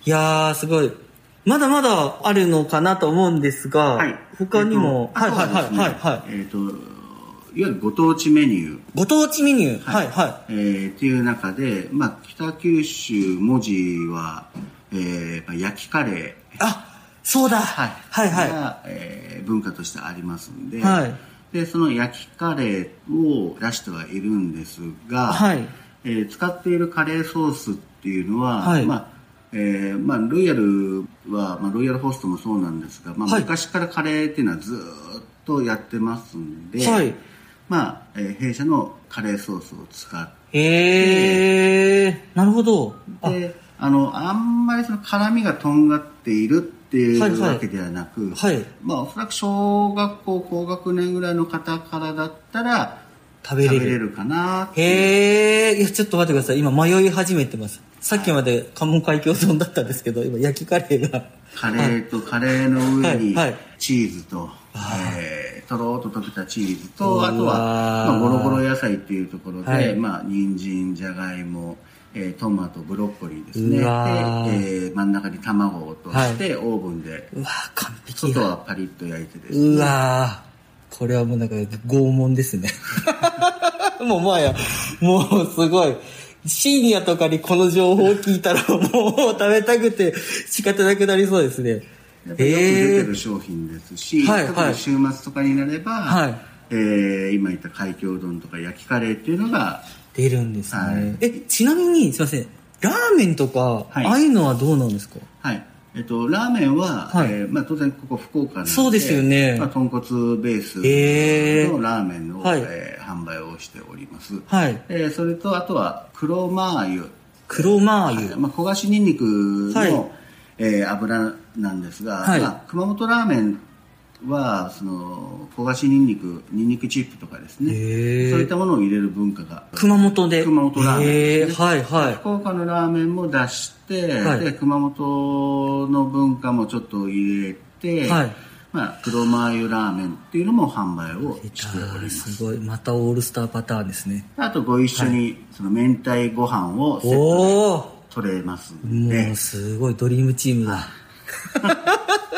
[SPEAKER 1] やーすごいまだまだあるのかなと思うんですが、
[SPEAKER 2] はい、
[SPEAKER 1] 他にも、
[SPEAKER 2] えっとあ
[SPEAKER 1] はい
[SPEAKER 2] と
[SPEAKER 1] はいはいはい
[SPEAKER 2] は
[SPEAKER 1] は
[SPEAKER 2] ですねえっ、といわゆるご当地メニュー、
[SPEAKER 1] ご当地メニュー。はい、はい。
[SPEAKER 2] えーっていう中で、まあ、北九州文字は、えーまあ、焼きカレー
[SPEAKER 1] あ、そうだ。
[SPEAKER 2] はい
[SPEAKER 1] はい、は
[SPEAKER 2] が、えー文化としてありますんで,、
[SPEAKER 1] はい
[SPEAKER 2] でその焼きカレーを出してはいるんですが、
[SPEAKER 1] はい
[SPEAKER 2] えー使っているカレーソースっていうのは、
[SPEAKER 1] はい
[SPEAKER 2] まあえーまあ、ロイヤルは、まあ、ロイヤルホストもそうなんですが、まあ
[SPEAKER 1] はい
[SPEAKER 2] 昔からカレーっていうのはずーっとやってますんで、
[SPEAKER 1] はい
[SPEAKER 2] まあえー弊社のカレーソースを使って。
[SPEAKER 1] い。えー、なるほど。あ、
[SPEAKER 2] であのあんまりその辛みがとんがっているってい
[SPEAKER 1] はいはいう
[SPEAKER 2] わけではなく、
[SPEAKER 1] はい
[SPEAKER 2] まあ、おそらく小学校高学年ぐらいの方からだったら
[SPEAKER 1] 食べれる
[SPEAKER 2] 食べれるかなって
[SPEAKER 1] へえ、いや、ちょっと待ってください。今迷い始めてます。さっきまで関門海峡丼だったんですけど、今焼きカレーが。
[SPEAKER 2] カレーとカレーの上に
[SPEAKER 1] はいはい
[SPEAKER 2] チーズと、えーとろーっと溶けたチーズとあとは、
[SPEAKER 1] うわー
[SPEAKER 2] まあ、ゴロゴロ野菜っていうところで、
[SPEAKER 1] はい
[SPEAKER 2] まあ人参じゃがいもえートマトブロッコリーですねで、え
[SPEAKER 1] うわー
[SPEAKER 2] ー真ん中に卵を落として、オーブンで
[SPEAKER 1] うわー完璧
[SPEAKER 2] 外
[SPEAKER 1] や。
[SPEAKER 2] はパリッと焼いてですね
[SPEAKER 1] うわーこれはもうなんか拷問ですね。 *laughs* もうもはや、もうすごい。深夜とかにこの情報を聞いたらもう食べたくて仕方なくなりそうですね
[SPEAKER 2] やっ。ぱりよく出て
[SPEAKER 1] え
[SPEAKER 2] る
[SPEAKER 1] ー、
[SPEAKER 2] 商品ですし、
[SPEAKER 1] はいはい
[SPEAKER 2] 特に週末とかになれば、
[SPEAKER 1] はい
[SPEAKER 2] えー今言った海峡丼とか焼きカレーっていうのが
[SPEAKER 1] 出るんですね。
[SPEAKER 2] はい
[SPEAKER 1] え、ちなみに、すいません。ラーメンとか、
[SPEAKER 2] はい
[SPEAKER 1] ああいうのはどうなんですか
[SPEAKER 2] はいえっと、ラーメンは、
[SPEAKER 1] はい
[SPEAKER 2] えーまあ、当然ここ福岡なんで
[SPEAKER 1] そうですよね
[SPEAKER 2] まあ、豚骨ベース
[SPEAKER 1] へー
[SPEAKER 2] のラーメンを、
[SPEAKER 1] はい
[SPEAKER 2] えー販売をしております、
[SPEAKER 1] はい。
[SPEAKER 2] えーそれとあとは黒マー油
[SPEAKER 1] 黒マー油。
[SPEAKER 2] まあ、焦がしにんにくの、
[SPEAKER 1] はい
[SPEAKER 2] えー油なんですが、
[SPEAKER 1] はい
[SPEAKER 2] まあ、熊本ラーメンはその焦がしにんにくにんにくチップとかですねそ
[SPEAKER 1] へ
[SPEAKER 2] う
[SPEAKER 1] ー
[SPEAKER 2] いったものを入れる文化が
[SPEAKER 1] 熊本で。
[SPEAKER 2] 熊本ラーメン
[SPEAKER 1] へ
[SPEAKER 2] です
[SPEAKER 1] ー
[SPEAKER 2] ね
[SPEAKER 1] はいは
[SPEAKER 2] 福岡のラーメンも出して、
[SPEAKER 1] はい
[SPEAKER 2] で熊本の文化もちょっと入れて、
[SPEAKER 1] はい
[SPEAKER 2] まあ、黒マー油ラーメンっていうのも販売を
[SPEAKER 1] い。
[SPEAKER 2] しております
[SPEAKER 1] すごい。またオールスターパターンですね。
[SPEAKER 2] あとご一緒に、その明太ご飯をセットで
[SPEAKER 1] おお
[SPEAKER 2] 取れますんで
[SPEAKER 1] もうすごいドリームチームだ。 *laughs*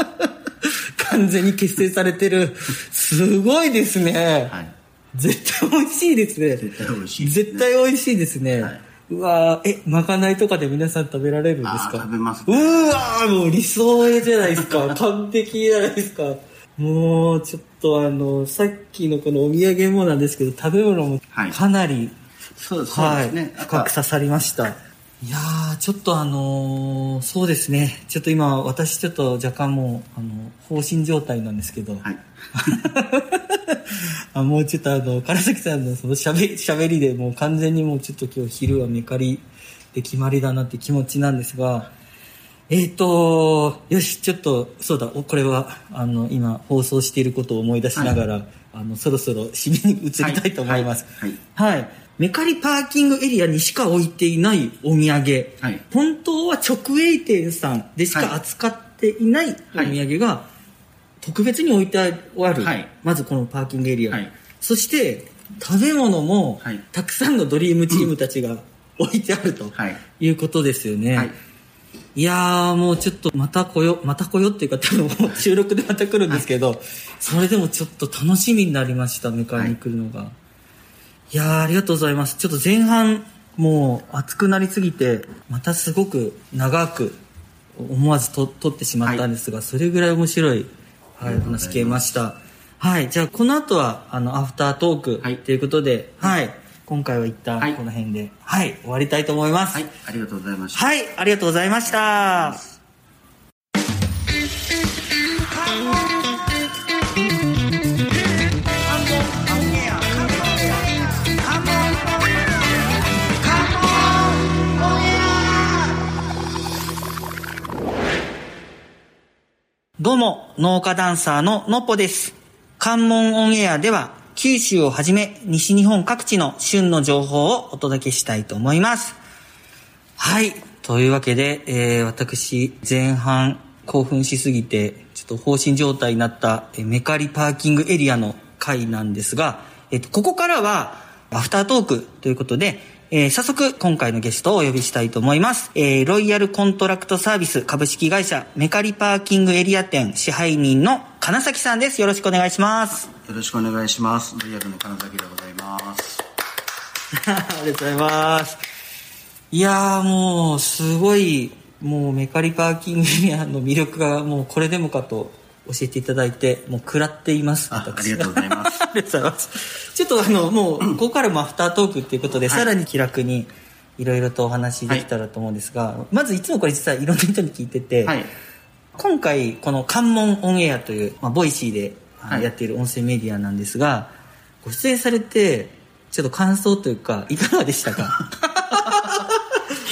[SPEAKER 1] 完全に結成されてる。すごいですね。
[SPEAKER 2] はい、
[SPEAKER 1] 絶対美味しいですね。
[SPEAKER 2] 絶対美味しいですね
[SPEAKER 1] 絶対美味しいですね。
[SPEAKER 2] はいう
[SPEAKER 1] わーえ、まかないとかで皆さん食べられるんですか
[SPEAKER 2] あー食べます
[SPEAKER 1] うーわーもう理想じゃないです
[SPEAKER 2] *laughs*
[SPEAKER 1] か。完璧じゃないですか。もう、ちょっとあの、さっきのこのお土産もなんですけど、食べ物も
[SPEAKER 2] はい
[SPEAKER 1] かなり、
[SPEAKER 2] そうですそう
[SPEAKER 1] は
[SPEAKER 2] で
[SPEAKER 1] い
[SPEAKER 2] すね、
[SPEAKER 1] 深く刺さりました。いやー、ちょっとあのーそうですね。ちょっと今、私ちょっと若干もう、あの、放心状態なんですけど、
[SPEAKER 2] はい
[SPEAKER 1] あもうちょっとあの、唐崎さんのその喋り、喋りでもう完全にもうちょっと今日昼はメカリで決まりだなって気持ちなんですが、えっ、と、よし、ちょっと、そうだ、おこれは、あの、今放送していることを思い出しながら、あの、そろそろ締めに移りたいと思います。
[SPEAKER 2] はいはい
[SPEAKER 1] はい。メカリパーキングエリアにしか置いていないお土産。
[SPEAKER 2] はい
[SPEAKER 1] 本当は直営店さんでし
[SPEAKER 2] はい
[SPEAKER 1] か扱っていないお土産が、特別に置いてある、
[SPEAKER 2] はい
[SPEAKER 1] まずこのパーキングエリア、
[SPEAKER 2] はい
[SPEAKER 1] そして食べ物も、
[SPEAKER 2] はい
[SPEAKER 1] たくさんのドリームチームたちが置いてあると
[SPEAKER 2] はい
[SPEAKER 1] いうことですよね、
[SPEAKER 2] はいい、
[SPEAKER 1] やーもうちょっとまた来よまた来よっていうか多分収録でまた来るんですけど、それでもちょっと楽しみになりました迎えに来るのが、い、やーありがとうございますちょっと前半もう熱くなりすぎてまたすごく長く思わずと撮ってしまったんですが、それぐらい面白い、はい、お話聞けましたはいじゃあこの後はあのアフタートーク、
[SPEAKER 2] はい
[SPEAKER 1] ということで、はい、今回は一旦
[SPEAKER 2] はい
[SPEAKER 1] この辺で、はい、終わりたいと思います、
[SPEAKER 2] はい、ありがとうございました
[SPEAKER 1] はい、ありがとうございました。どうも、農家ダンサーののっぽです。関門オンエアでは、九州をはじめ、西日本各地の旬の情報をお届けしたいと思います。はい。というわけで、えー私、前半興奮しすぎて、ちょっと放心状態になった、えーメカリパーキングエリアの回なんですが、えっと、ここからは、アフタートークということで、えー早速今回のゲストをお呼びしたいと思います。えーロイヤルコントラクトサービス株式会社メカリパーキングエリア店支配人の金崎さんです。よろしくお願いします。
[SPEAKER 2] よろしくお願いします。ロイヤルの金崎でございます。
[SPEAKER 1] ありがとうございます。いやーもうすごいもうメカリパーキングエリアの魅力がもうこれでもかと教えていただいてもう食らっています
[SPEAKER 2] ああ
[SPEAKER 1] 私
[SPEAKER 2] りがとうございま
[SPEAKER 1] *laughs*
[SPEAKER 2] す
[SPEAKER 1] ありがとうございますちょっとあのもうここからもアフタートークっていうことで、さらに気楽にいろいろとお話できたらと思うんですが、まずいつもこれ実はいろんな人に聞いてて、
[SPEAKER 2] はい。
[SPEAKER 1] 今回この「関門オンエア」という、まあ、ボイシーであの
[SPEAKER 2] はい
[SPEAKER 1] やっている音声メディアなんですが、ご出演されてちょっと感想というかいかがでした
[SPEAKER 2] *laughs*
[SPEAKER 1] か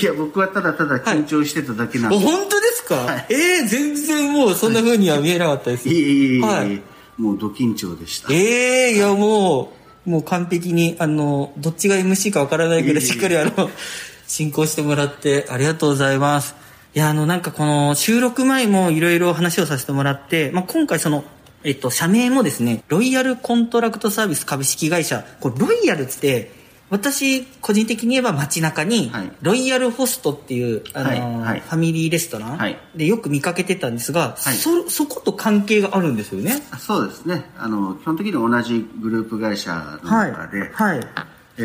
[SPEAKER 2] いや、僕はただただ緊張してただけなんで
[SPEAKER 1] お。本当ですか、えー、全然もうそんな風には見えなかったです、
[SPEAKER 2] いえいえいえいえ、
[SPEAKER 1] はい
[SPEAKER 2] もうド緊張でした。
[SPEAKER 1] ええいやもう、もう完璧に、あの、どっちが MC かわからないけ
[SPEAKER 2] いえ
[SPEAKER 1] ど、
[SPEAKER 2] いえ
[SPEAKER 1] しっかりあの、進行してもらって、ありがとうございます。いや、あの、なんかこの、収録前もいろいろ話をさせてもらって、まあ、今回その、えっと、社名もですね、ロイヤルコントラクトサービス株式会社、これ、ロイヤルって、私、個人的に言えば街中に
[SPEAKER 2] はい、
[SPEAKER 1] ロイヤルホストっていう、あの
[SPEAKER 2] はいはい
[SPEAKER 1] ファミリーレストラン、
[SPEAKER 2] はい
[SPEAKER 1] でよく見かけてたんですが、
[SPEAKER 2] はい
[SPEAKER 1] そ、そこと関係があるんですよね。
[SPEAKER 2] そうですね。あの、基本的に同じグループ会社の中で、
[SPEAKER 1] はい。
[SPEAKER 2] え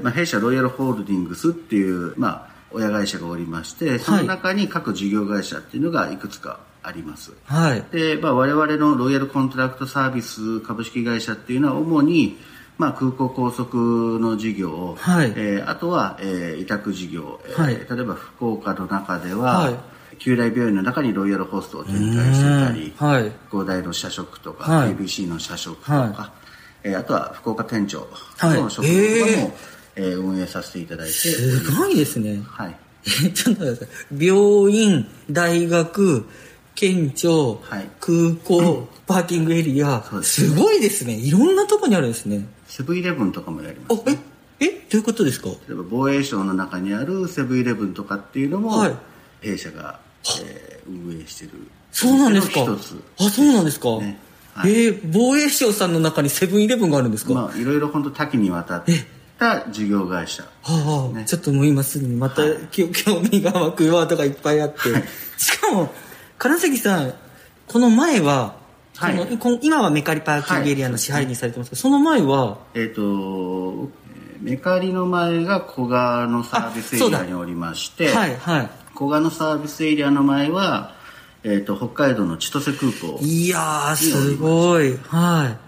[SPEAKER 2] ーまあ、弊社ロイヤルホールディングスっていう、まあ、親会社がおりまして、その中に各事業会社っていうのがいくつかあります。
[SPEAKER 1] はい。
[SPEAKER 2] で、まあ、我々のロイヤルコントラクトサービス株式会社っていうのは主に、まあ、空港高速の事業、
[SPEAKER 1] はい
[SPEAKER 2] えーあとは、えー委託事業、えー
[SPEAKER 1] はい
[SPEAKER 2] 例えば福岡の中では、
[SPEAKER 1] はい
[SPEAKER 2] 旧来病院の中にロイヤルホストを展開してたり、
[SPEAKER 1] うんはい
[SPEAKER 2] 五大の社食とか、
[SPEAKER 1] はい
[SPEAKER 2] ABC の社食とか、
[SPEAKER 1] は
[SPEAKER 2] えーあとは福岡店長
[SPEAKER 1] はい
[SPEAKER 2] の食堂とか
[SPEAKER 1] え
[SPEAKER 2] も、えー運営させていただいております
[SPEAKER 1] ごいですね。 *laughs*
[SPEAKER 2] はい
[SPEAKER 1] えちょっと待ってください。病院、大学、県庁、
[SPEAKER 2] はい
[SPEAKER 1] 空
[SPEAKER 2] *laughs*
[SPEAKER 1] 港、パーキングエリア、
[SPEAKER 2] そうです
[SPEAKER 1] すごいですね。いろんなとこにあるんですね。
[SPEAKER 2] セブンイレブンとかもやります
[SPEAKER 1] あ、え、え、どういうことですか
[SPEAKER 2] 例えば防衛省の中にあるセブンイレブンとかっていうのも、
[SPEAKER 1] はい
[SPEAKER 2] 弊社が、えー運営してる
[SPEAKER 1] そうなんですか
[SPEAKER 2] 一つ
[SPEAKER 1] あ、そうなんですか、
[SPEAKER 2] ねはい
[SPEAKER 1] えー防衛省さんの中にセブンイレブンがあるんですか、
[SPEAKER 2] まあいろいろ本当多岐にわたった事業会社
[SPEAKER 1] はあ、
[SPEAKER 2] ね
[SPEAKER 1] ちょっともう今すぐにまた、きょ興味が湧くワードがいっぱい
[SPEAKER 2] *laughs*
[SPEAKER 1] あって、しかも金関さんこの前は、
[SPEAKER 2] はい
[SPEAKER 1] そのこの今はメカリパーキングエリアの支配人されてますけど、その前は
[SPEAKER 2] えっ、とえーメカリの前が古賀のサービスエリアにおりまして、
[SPEAKER 1] はいは
[SPEAKER 2] 古賀のサービスエリアの前は、えー、と北海道の千歳空港
[SPEAKER 1] いいやーすごいはい、
[SPEAKER 2] は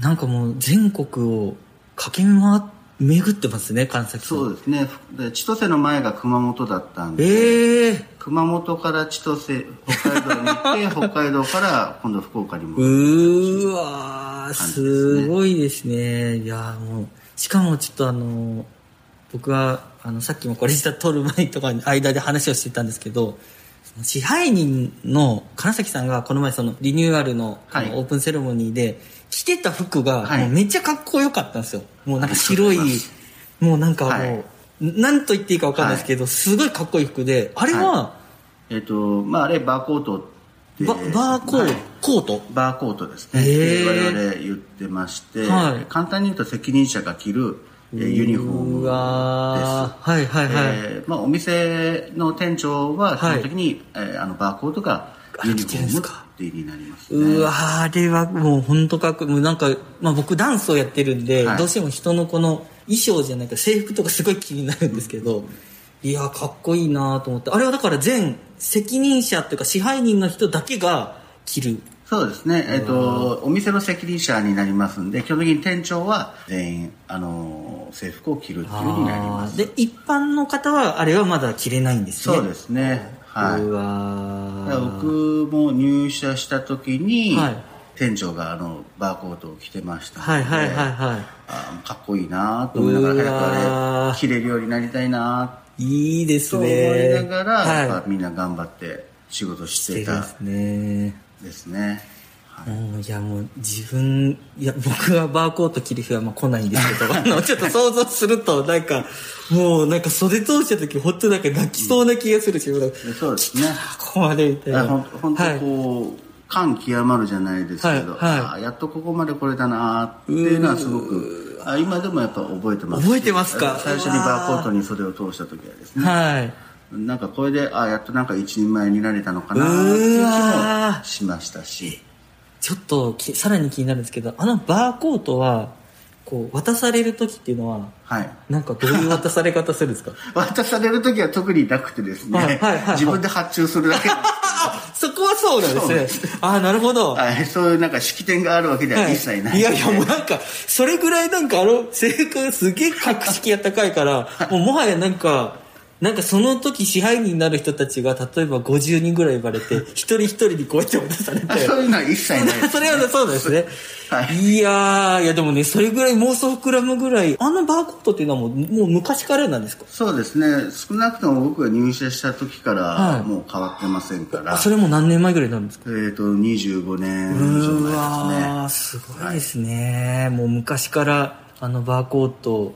[SPEAKER 1] なんかもう全国を駆け回っ巡ってますね金崎さん
[SPEAKER 2] そうですねで千歳の前が熊本だったんで
[SPEAKER 1] ええー
[SPEAKER 2] 熊本から千歳北海道に行って北海道から今度福岡にも
[SPEAKER 1] うーわーすごいですねいやーもうしかもちょっとあの僕はあのさっきもこれ実は撮る前とかに間で話をしてたんですけどその支配人の金崎さんがこの前そのリニューアルの,、
[SPEAKER 2] はい
[SPEAKER 1] あのオープンセレモニーで着てた服が
[SPEAKER 2] はい
[SPEAKER 1] もうめっちゃかっこよかったんですよ、もうなんか白い
[SPEAKER 2] ありがとうございます
[SPEAKER 1] もうなんかもう、
[SPEAKER 2] はい
[SPEAKER 1] なんと言っていいかわかんないですけど、すごいかっこいい服であれは、
[SPEAKER 2] えっ、とまああれバーコートって
[SPEAKER 1] ババーコー,、
[SPEAKER 2] はい
[SPEAKER 1] コート
[SPEAKER 2] バーコートですね、
[SPEAKER 1] へー
[SPEAKER 2] 我々言ってまして、
[SPEAKER 1] はい
[SPEAKER 2] 簡単に言うと責任者が着るえーユニフォーム
[SPEAKER 1] う
[SPEAKER 2] です
[SPEAKER 1] わーはいはいはい、
[SPEAKER 2] えーまあ、お店の店長は基
[SPEAKER 1] はい
[SPEAKER 2] 本的に、えーあのバーコードがユニフォームっていうになりますね
[SPEAKER 1] うわーあれはもう本当かっこいいもうなんか、まあ、僕ダンスをやってるんで、
[SPEAKER 2] はい
[SPEAKER 1] どうしても人のこの衣装じゃないか制服とかすごい気になるんですけど、いやーかっこいいなーと思ってあれはだから全責任者っていうか支配人の人だけが着る
[SPEAKER 2] そうですね、えっとお店の責任者になりますんで基本的に店長は全員あのー制服を着るっていうふうになりま
[SPEAKER 1] あー
[SPEAKER 2] す
[SPEAKER 1] で一般の方はあれはまだ着れないんですね
[SPEAKER 2] そうですねはいう
[SPEAKER 1] わ
[SPEAKER 2] だ
[SPEAKER 1] ー
[SPEAKER 2] から僕も入社した時に、
[SPEAKER 1] はい
[SPEAKER 2] 店長があのバーコートを着てましたので
[SPEAKER 1] はいはいはいはい
[SPEAKER 2] あーかっこいいなと思いながら
[SPEAKER 1] う
[SPEAKER 2] 早
[SPEAKER 1] わー
[SPEAKER 2] くあれ着れるようになりたいない
[SPEAKER 1] いです
[SPEAKER 2] と思
[SPEAKER 1] ね
[SPEAKER 2] いながら、
[SPEAKER 1] はい、
[SPEAKER 2] やっぱみんな頑張って仕事してい
[SPEAKER 1] 素敵
[SPEAKER 2] た
[SPEAKER 1] ですね
[SPEAKER 2] ですねはい
[SPEAKER 1] もういやもう自分いや僕はバーコート着る日はまあ来ないんです *laughs* けどあのちょっと想像するとなんかもうなんか袖通した時本当なんか泣きそうな気がするし、もうなんか
[SPEAKER 2] でそうですね
[SPEAKER 1] ここまでみたいな
[SPEAKER 2] ほん本当
[SPEAKER 1] はい
[SPEAKER 2] こう、感極まるじゃないですけど、
[SPEAKER 1] はいはい
[SPEAKER 2] あーやっとここまで来れたなーっていうのはすごく
[SPEAKER 1] は。
[SPEAKER 2] あ今でもやっぱ覚えてます
[SPEAKER 1] 覚えてますか
[SPEAKER 2] 最初にバーコードに袖を通した時はですね
[SPEAKER 1] はい。
[SPEAKER 2] なんかこれであやっとなんか一人前になれたのかなって
[SPEAKER 1] う
[SPEAKER 2] いう
[SPEAKER 1] わ
[SPEAKER 2] 気
[SPEAKER 1] ー
[SPEAKER 2] もしましたし
[SPEAKER 1] ちょっとき、さらに気になるんですけど、あのバーコードは、こう、渡される時っていうのは、
[SPEAKER 2] はい
[SPEAKER 1] なんかどういう渡され方するんです *laughs* か
[SPEAKER 2] 渡される時は特になくてですね、
[SPEAKER 1] はいはいはいはい
[SPEAKER 2] 自分で発注する
[SPEAKER 1] *laughs*
[SPEAKER 2] だけなんです
[SPEAKER 1] そこはそうなん
[SPEAKER 2] そうで
[SPEAKER 1] ですね。ああ、なるほど。
[SPEAKER 2] はい、そういうなんか式典があるわけでは一切ない、
[SPEAKER 1] いやいや、もうなんか、それぐらいなんかあの制服すげえ格式が高い
[SPEAKER 2] *laughs*
[SPEAKER 1] から、もうもはやなんか、なんかその時支配人になる人たちが、例えば50人ぐらい呼ばれて、一人一人にこうやって渡されて。
[SPEAKER 2] あ *laughs* そういうのは一切ないです、
[SPEAKER 1] *laughs* それはそうですね。、
[SPEAKER 2] はい
[SPEAKER 1] やー、いやでもね、それぐらい妄想膨らむぐらい、あのバーコードっていうのはもうもう昔からなんですか
[SPEAKER 2] そうですね少なくとも僕が入社した時か
[SPEAKER 1] はい
[SPEAKER 2] らもう変わってませんから、
[SPEAKER 1] あそれも何年前ぐらいになるんですか
[SPEAKER 2] えっ、と25年以
[SPEAKER 1] うー
[SPEAKER 2] 上前ですね
[SPEAKER 1] わー、すごいですね。もう昔から、あのバーコード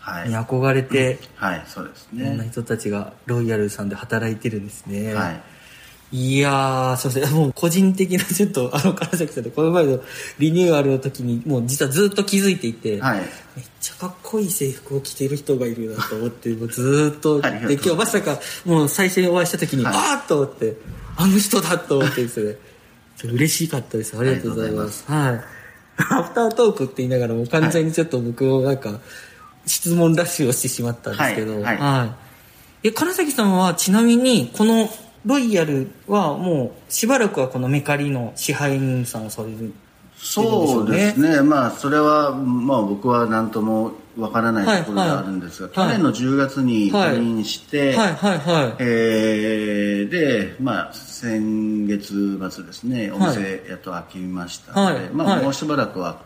[SPEAKER 2] はい
[SPEAKER 1] に、憧れて、
[SPEAKER 2] はい、そうです
[SPEAKER 1] いろんな
[SPEAKER 2] ね
[SPEAKER 1] 人たちがロイヤルさんで働いてるんですね。
[SPEAKER 2] はい
[SPEAKER 1] いやー、そうです *laughs* ね。もう個人的なちょっと、あの、金崎さんで、この前のリニューアルの時に、もう実はずっと気づいていて、
[SPEAKER 2] はい
[SPEAKER 1] めっちゃかっこいい制服を着ている人がいるなと思っ
[SPEAKER 2] *laughs*
[SPEAKER 1] て、もうずーっと、
[SPEAKER 2] ありがとう
[SPEAKER 1] で、今日まさか、もう最初にお会いした時に、
[SPEAKER 2] はい
[SPEAKER 1] あーっと思って、あの人だと思ってです
[SPEAKER 2] *laughs*
[SPEAKER 1] ね、ちょっと嬉しかったです。ありがとうございます。はい。アフタートークって言いながらもう完全にちょっと僕をなんか、質問ラッシュをしてしまったんですけど、
[SPEAKER 2] はいはい
[SPEAKER 1] いえ、金崎さんはちなみに、このロイヤルはもうしばらくはこのメカリの支配人さんをされる。
[SPEAKER 2] そうですねまあそれは、まあ、僕は何ともわからないところがあるんですが、
[SPEAKER 1] はいはい
[SPEAKER 2] 去年の10月に
[SPEAKER 1] はい
[SPEAKER 2] 退院して、
[SPEAKER 1] はいはいはい。
[SPEAKER 2] えーで、まあ、先月末ですね、お店やっと開きましたので、
[SPEAKER 1] はい
[SPEAKER 2] まあ、
[SPEAKER 1] はい
[SPEAKER 2] もうしばらくは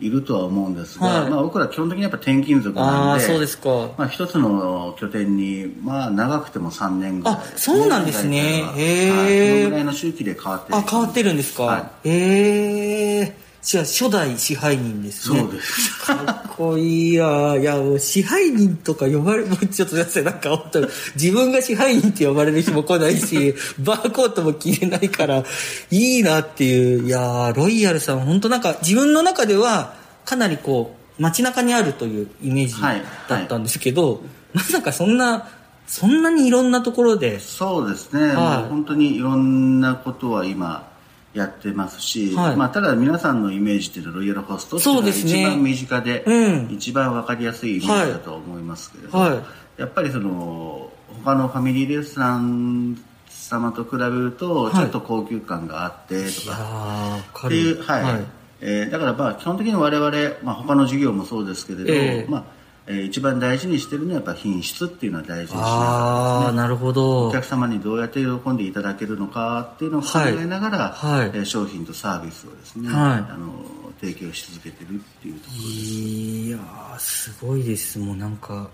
[SPEAKER 2] いるとは思うんですが、
[SPEAKER 1] はい
[SPEAKER 2] まあ、僕ら基本的にやっぱ転勤族
[SPEAKER 1] あ
[SPEAKER 2] な
[SPEAKER 1] あ
[SPEAKER 2] ん
[SPEAKER 1] ー、
[SPEAKER 2] で、
[SPEAKER 1] そうですか。
[SPEAKER 2] まあ、一つの拠点に、まあ、長くても3年ぐらい、
[SPEAKER 1] あそうなんですね
[SPEAKER 2] 大体は
[SPEAKER 1] へー
[SPEAKER 2] はいそのぐらいの周期で変わって
[SPEAKER 1] あ、変わってるんですか。
[SPEAKER 2] は
[SPEAKER 1] ええー。じゃあ初代支配人ですね。
[SPEAKER 2] そうです。
[SPEAKER 1] かっこいいやーいや、もう支配人とか呼ばれ、も *laughs* うちょっとだってなんか本当に、自分が支配人って呼ばれる日も来ない
[SPEAKER 2] *laughs*
[SPEAKER 1] し、バーコードも着れないから、いいなっていう。いやーロイヤルさん、本当なんか自分の中では、かなりこう、街中にあるというイメージ
[SPEAKER 2] はい
[SPEAKER 1] だったんですけど、まさかそんな、そんなにいろんなところで、
[SPEAKER 2] そうですね、
[SPEAKER 1] はい
[SPEAKER 2] もう本当にいろんなことは今やってますし、
[SPEAKER 1] はい
[SPEAKER 2] まあ、ただ皆さんのイメージっていうのはロイヤルホストっていうの
[SPEAKER 1] そうで
[SPEAKER 2] が
[SPEAKER 1] すね
[SPEAKER 2] 一番身近で
[SPEAKER 1] うん
[SPEAKER 2] 一番わかりやすいイメージだと思いますけれど、
[SPEAKER 1] は
[SPEAKER 2] やっぱりその他のファミリーレストラン様と比べると
[SPEAKER 1] い
[SPEAKER 2] ちょっと高級感があってと
[SPEAKER 1] い。い
[SPEAKER 2] か、
[SPEAKER 1] やー
[SPEAKER 2] っていう、はいえーだからまあ基本的に我々、まあ、他の授業もそうですけれど、
[SPEAKER 1] ええ
[SPEAKER 2] まあえー一番大事にしてるのはやっぱ品質っていうのは大事にしながら
[SPEAKER 1] ああ、なるほど
[SPEAKER 2] お。客様にどうやって喜んでいただけるのかっていうのを考えながら、
[SPEAKER 1] はいはい
[SPEAKER 2] えー商品とサービスをですね、
[SPEAKER 1] はい
[SPEAKER 2] あの提供し続けてるっていうとこ
[SPEAKER 1] いやー、すごいです。もうなんか、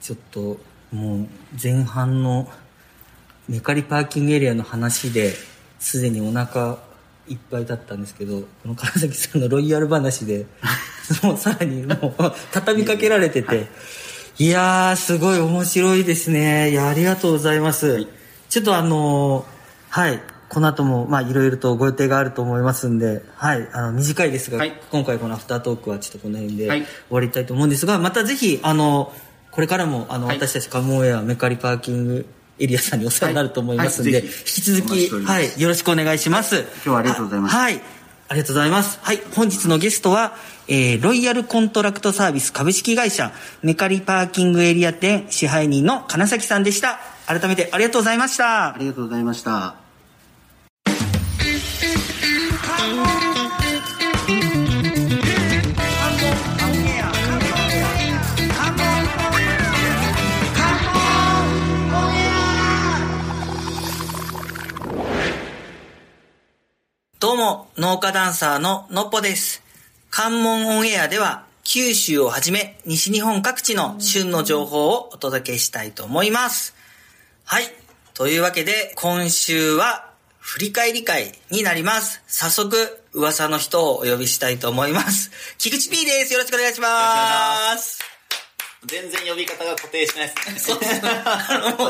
[SPEAKER 1] ちょっと、もう前半のメカリパーキングエリアの話で、すでにお腹いっぱいだったんですけど、この金崎さんのロイヤル話で、 *laughs* もうさらにもう畳みかけられてて、いやー、すごい面白いですね。いや、ありがとうございます。ちょっとあのーはい、この後も、まあ、いろいろとご予定があると思いますんで、はい、あの、短いですが、
[SPEAKER 2] はい
[SPEAKER 1] 今回このアフタートークはちょっとこの辺で
[SPEAKER 2] は
[SPEAKER 1] 終
[SPEAKER 2] い
[SPEAKER 1] わりたいと思うんですが、またぜひ、あの、これからも、あの、
[SPEAKER 2] はい
[SPEAKER 1] 私たちカモンエアメカリパーキングエリアさんにお世話になると思いますんで、
[SPEAKER 2] はいはい
[SPEAKER 1] 引
[SPEAKER 2] ぜ
[SPEAKER 1] き
[SPEAKER 2] ひ
[SPEAKER 1] 続
[SPEAKER 2] お待ち
[SPEAKER 1] き、
[SPEAKER 2] しております
[SPEAKER 1] はい、よろしくお願いします。
[SPEAKER 2] 今日はありがとうございました
[SPEAKER 1] はい。ありがとうございます。はい。本日のゲストは、えー、ロイヤルコントラクトサービス株式会社、メカリパーキングエリア店支配人の金崎さんでした。改めてありがとうございました
[SPEAKER 2] あ。りがとうございました。
[SPEAKER 1] どうも、農家ダンサーののっぽです。関門オンエアでは、九州をはじめ、西日本各地の旬の情報をお届けしたいと思います。はい。というわけで、今週は、振り返り会になります。早速、噂の人をお呼びしたいと思います。菊池 P です。よろしくお願いします。
[SPEAKER 3] 全然呼び方が固定しないですね。
[SPEAKER 1] そうです
[SPEAKER 3] *laughs*
[SPEAKER 1] ね
[SPEAKER 3] そうだも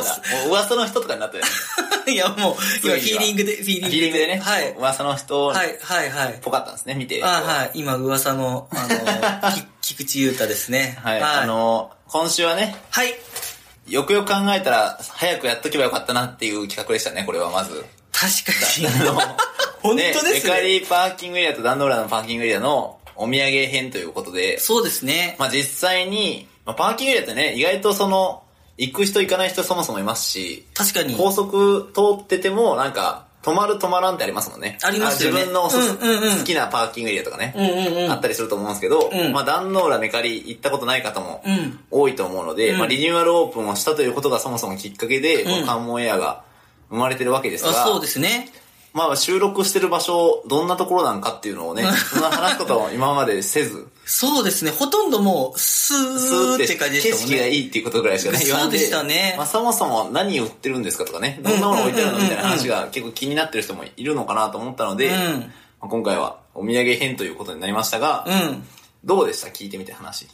[SPEAKER 3] う噂の人とかになったよ
[SPEAKER 1] *laughs*
[SPEAKER 3] ね。
[SPEAKER 1] いや、もう、今、フ
[SPEAKER 3] つい
[SPEAKER 1] ィー
[SPEAKER 3] には
[SPEAKER 1] リングで、フィーリングで。
[SPEAKER 3] フィーリングでね。
[SPEAKER 1] はい。
[SPEAKER 3] 噂の人っ
[SPEAKER 1] はい、はい、はい。
[SPEAKER 3] ぽかったんですね、見て。 *laughs*
[SPEAKER 1] あはい。今、噂の、あの、菊池優太ですね。
[SPEAKER 3] はい。
[SPEAKER 1] はい。
[SPEAKER 3] あの、今週はね、
[SPEAKER 1] はい
[SPEAKER 3] よくよく考えたら、早くやっとけばよかったなっていう企画でしたね、これはまず。
[SPEAKER 1] 確かに。
[SPEAKER 3] あ *laughs* の
[SPEAKER 1] 本当ですね
[SPEAKER 3] エカリーパーキングエリアと壇ノ浦のパーキングエリアのお土産編ということ
[SPEAKER 1] *laughs*
[SPEAKER 3] で、
[SPEAKER 1] そうですね。
[SPEAKER 3] まあ実際に、まあ、パーキングエリアってね、意外とその、行く人行かない人そもそもいますし、
[SPEAKER 1] 確かに。
[SPEAKER 3] 高速通ってても、なんか、止まる止まらんってありますもんね。
[SPEAKER 1] ありますよね
[SPEAKER 3] あ自分のおすす
[SPEAKER 1] うんうんうん
[SPEAKER 3] 好きなパーキングエリアとかね、
[SPEAKER 1] うんうんうん
[SPEAKER 3] あったりすると思うんですけど、
[SPEAKER 1] うん
[SPEAKER 3] まあ、壇ノ浦メカリ行ったことない方も
[SPEAKER 1] うん
[SPEAKER 3] 多いと思うので、
[SPEAKER 1] うん
[SPEAKER 3] まあ、リニューアルオープンをしたということがそもそもきっかけで、
[SPEAKER 1] ん
[SPEAKER 3] この関門エアが生まれてるわけです
[SPEAKER 1] あ
[SPEAKER 3] が、
[SPEAKER 1] そうですね。
[SPEAKER 3] まあ、収録してる場所、どんなところなんかっていうのをね、そんな話すことは今までせず、
[SPEAKER 1] そうですね。ほとんど *laughs* もう、ス
[SPEAKER 3] ス
[SPEAKER 1] ー
[SPEAKER 3] ー
[SPEAKER 1] っ
[SPEAKER 3] って
[SPEAKER 1] て感じで
[SPEAKER 3] 景
[SPEAKER 1] したもん
[SPEAKER 3] 色が
[SPEAKER 1] ね。
[SPEAKER 3] いいっていうことぐらいしかね、
[SPEAKER 1] そう
[SPEAKER 3] 言わんで
[SPEAKER 1] でしたね
[SPEAKER 3] まあ、そもそも何売ってるんですかとかね、どんなもの置いてあるのみたいな話が結構気になってる人もいるのかなと思ったので、
[SPEAKER 1] うん
[SPEAKER 3] まあ今回はお土産編ということになりましたが、
[SPEAKER 1] うん。
[SPEAKER 3] どうでした聞いてみて話。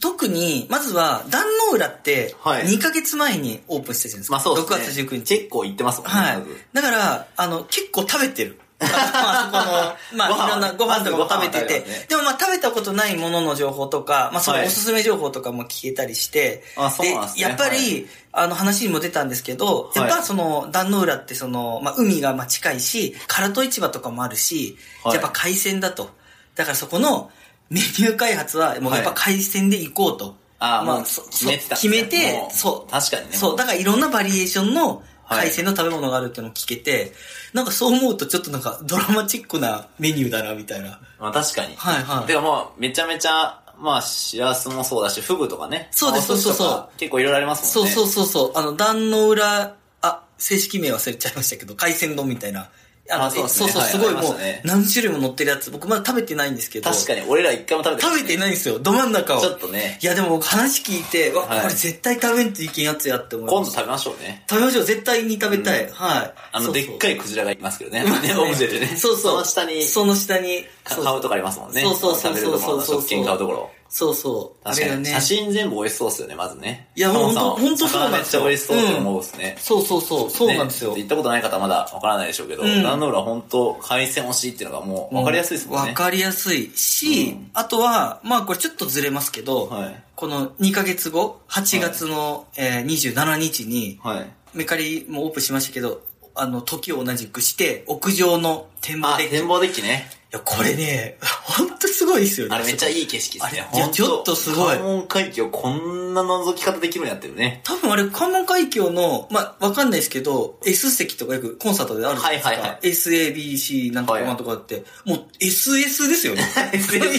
[SPEAKER 1] 特に、まずは、壇ノ浦って、
[SPEAKER 3] はい
[SPEAKER 1] 2ヶ月前にオープンしてるじゃないですか。
[SPEAKER 3] まあそうですね。
[SPEAKER 1] 6月19日。
[SPEAKER 3] 結構行ってますもんね。
[SPEAKER 1] はい
[SPEAKER 3] まず。
[SPEAKER 1] だから、あの、結構食べて
[SPEAKER 3] *laughs*
[SPEAKER 1] る。まあ、そこの、ま
[SPEAKER 3] ご飯
[SPEAKER 1] あ、いろんなご飯とかも食べてて
[SPEAKER 3] まずご飯食べたりね、
[SPEAKER 1] でもまあ、食べたことないものの情報とか、まあ、そ
[SPEAKER 3] は
[SPEAKER 1] の
[SPEAKER 3] い
[SPEAKER 1] おすすめ情報とかも聞けたりして、
[SPEAKER 3] あそうなんですね
[SPEAKER 1] やっぱり、
[SPEAKER 3] はい
[SPEAKER 1] あの、話にも出たんですけど、やっ
[SPEAKER 3] は
[SPEAKER 1] ぱ
[SPEAKER 3] い
[SPEAKER 1] その、壇ノ浦ってその、まあ、海がまあ近いし、唐戸市場とかもあるし、
[SPEAKER 3] はい
[SPEAKER 1] やっぱ海鮮だと。だからそこの、メニュー開発は、もうやっぱ海鮮で行こうと。
[SPEAKER 3] ああ、
[SPEAKER 1] ま
[SPEAKER 3] もう
[SPEAKER 1] そ
[SPEAKER 3] 決めてたんです
[SPEAKER 1] 決
[SPEAKER 3] ね、
[SPEAKER 1] めて
[SPEAKER 3] も、
[SPEAKER 1] そう。
[SPEAKER 3] 確かにね。
[SPEAKER 1] そう、だからいろんなバリエーションの
[SPEAKER 3] はい
[SPEAKER 1] 海鮮の食べ物があるっていうのを聞けて、なんかそう思うとちょっとなんかドラマチックなメニューだなみたいな。
[SPEAKER 3] まあ確かに。
[SPEAKER 1] はいはい
[SPEAKER 3] てかまあ、めちゃめちゃ、まあ、しらすもそうだし、フグとかね。
[SPEAKER 1] そうです
[SPEAKER 3] まあお寿司とか
[SPEAKER 1] そうそうそう
[SPEAKER 3] 結構いろいろあります
[SPEAKER 1] そ
[SPEAKER 3] も
[SPEAKER 1] うん
[SPEAKER 3] ね。
[SPEAKER 1] そうそうそう、あの、壇の裏、あ、正式名忘れちゃいましたけど、海鮮丼みたいな。あの
[SPEAKER 3] あそうです
[SPEAKER 1] そ
[SPEAKER 3] ね
[SPEAKER 1] うそう、
[SPEAKER 3] はい
[SPEAKER 1] すごい
[SPEAKER 3] ありま
[SPEAKER 1] も
[SPEAKER 3] し
[SPEAKER 1] う
[SPEAKER 3] たね、
[SPEAKER 1] 何種類も乗ってるやつ、僕まだ食べてないんですけど。
[SPEAKER 3] 確かに、俺ら一回も食べてない
[SPEAKER 1] 食べてないんですよ、ど真ん中を。
[SPEAKER 3] ちょっとね
[SPEAKER 1] いや、でも僕話聞いて、わ、
[SPEAKER 3] はい
[SPEAKER 1] これ絶対食べんといけんやつやって思い
[SPEAKER 3] 今
[SPEAKER 1] ま
[SPEAKER 3] 度
[SPEAKER 1] した。
[SPEAKER 3] 食べましょうね。
[SPEAKER 1] 食べましょう、絶対に食べたい。
[SPEAKER 3] うん
[SPEAKER 1] はい。そ
[SPEAKER 3] あの、
[SPEAKER 1] うそう
[SPEAKER 3] でっかいクジラがいますけ
[SPEAKER 1] *laughs*
[SPEAKER 3] どね。ねオブジェでね。
[SPEAKER 1] そうそう。
[SPEAKER 3] その下に、
[SPEAKER 1] その下に。
[SPEAKER 3] カカウとかありますもんね。
[SPEAKER 1] そうそうそう
[SPEAKER 3] 食べるところ
[SPEAKER 1] そうそ
[SPEAKER 3] の
[SPEAKER 1] うそう
[SPEAKER 3] 食券買うところ。
[SPEAKER 1] そうそう。
[SPEAKER 3] 確かに、
[SPEAKER 1] あれが
[SPEAKER 3] 写真全部美味しそうっすよね、まずね。
[SPEAKER 1] いや
[SPEAKER 3] タモ
[SPEAKER 1] ほんと
[SPEAKER 3] さ
[SPEAKER 1] ほんとそ
[SPEAKER 3] は
[SPEAKER 1] うなんですよ
[SPEAKER 3] 魚めっちゃ美味しそうって思うっすね。
[SPEAKER 1] そうそうそう、そうなんですよ。
[SPEAKER 3] ね行ったことない方はまだわからないでしょうけど、
[SPEAKER 1] うん
[SPEAKER 3] ランドールは本当海鮮推しっていうのがもうわかりやすいですもんね。
[SPEAKER 1] わかりやすいし、
[SPEAKER 3] うん
[SPEAKER 1] あとは、まあこれちょっとずれますけど、
[SPEAKER 3] はい
[SPEAKER 1] この2ヶ月後、8月の、えー27日に、
[SPEAKER 3] はい。
[SPEAKER 1] メカリもオープンしましたけど、あの、時を同じくして、屋上の展望
[SPEAKER 3] あ、
[SPEAKER 1] デッキ。い
[SPEAKER 3] 展望デッキね。
[SPEAKER 1] や、これね、ほんとすごいですよね。
[SPEAKER 3] あれめっちゃ
[SPEAKER 1] い。
[SPEAKER 3] いい景色ですね
[SPEAKER 1] あ。れい
[SPEAKER 3] ほ
[SPEAKER 1] や
[SPEAKER 3] ん
[SPEAKER 1] ちょっとすごい
[SPEAKER 3] 関門海峡こんな覗き方できるようになってるね。
[SPEAKER 1] 多分あれ、関門海峡の、まあ、わかんないですけど、S 席とかよくコンサートであるじゃないですか。
[SPEAKER 3] はいはいはい
[SPEAKER 1] SABC なんとかなんとかって、もう SS です
[SPEAKER 3] *laughs*
[SPEAKER 1] よね。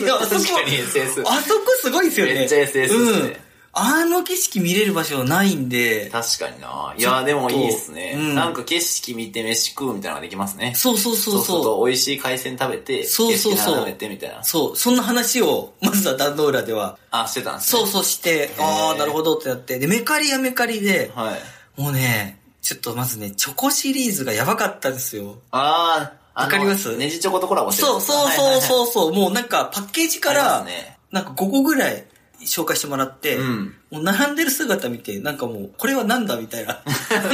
[SPEAKER 1] いやあ
[SPEAKER 3] 確
[SPEAKER 1] そこ
[SPEAKER 3] かに SS。
[SPEAKER 1] あそこすごいですよね。
[SPEAKER 3] めっちゃ SS ですね
[SPEAKER 1] うん。あの景色見れる場所ないんで、
[SPEAKER 3] 確かにな。いや、でもいいっすね、
[SPEAKER 1] うん
[SPEAKER 3] なんか景色見て飯食うみたいなのができますね。
[SPEAKER 1] そうそうそう
[SPEAKER 3] そうする
[SPEAKER 1] そ
[SPEAKER 3] と美味しい海鮮食べて、
[SPEAKER 1] そうそうそう
[SPEAKER 3] 景色眺めてみたいな
[SPEAKER 1] う。。そう、そんな話を、まずは壇ノ浦では、
[SPEAKER 3] あ、してたんですね。
[SPEAKER 1] そうそうして、ああ、なるほどってなって、で、メカリはメカリで、
[SPEAKER 3] はい。
[SPEAKER 1] もうね、ちょっとまずね、チョコシリーズがやばかったんですよ。
[SPEAKER 3] あー、あの
[SPEAKER 1] わかります
[SPEAKER 3] ネジチョコとコラボしてる
[SPEAKER 1] そうそうそう
[SPEAKER 3] う。
[SPEAKER 1] そうそう、もうなんかパッケージか
[SPEAKER 3] あ
[SPEAKER 1] ら
[SPEAKER 3] りますね、
[SPEAKER 1] なんか5個ぐらい紹介してもらって、
[SPEAKER 3] うん
[SPEAKER 1] もう並んでる姿見て、なんかもう、これはなんだみたい
[SPEAKER 3] *laughs*
[SPEAKER 1] な。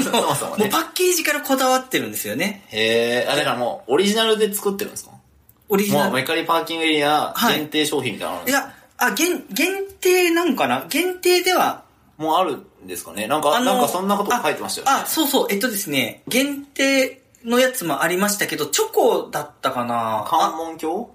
[SPEAKER 3] そもそもね
[SPEAKER 1] うパッケージからこだわってるんですよね。
[SPEAKER 3] へえ、あ、だからもうオリジナルで作ってるんですか
[SPEAKER 1] オリジナ
[SPEAKER 3] も
[SPEAKER 1] ル
[SPEAKER 3] う。メカリパーキングエリア
[SPEAKER 1] はい
[SPEAKER 3] 限定商品みたいなのあるん
[SPEAKER 1] い
[SPEAKER 3] ですか、
[SPEAKER 1] や、あ、限、限定なんかな限定では、
[SPEAKER 3] もうあるんですかねなんか、
[SPEAKER 1] の
[SPEAKER 3] なんかそんなこと書いてましたよね。
[SPEAKER 1] あ。あ、そうそう、えっとですね、限定のやつもありましたけど、チョコだったかな
[SPEAKER 3] 関
[SPEAKER 1] あ
[SPEAKER 3] 門橋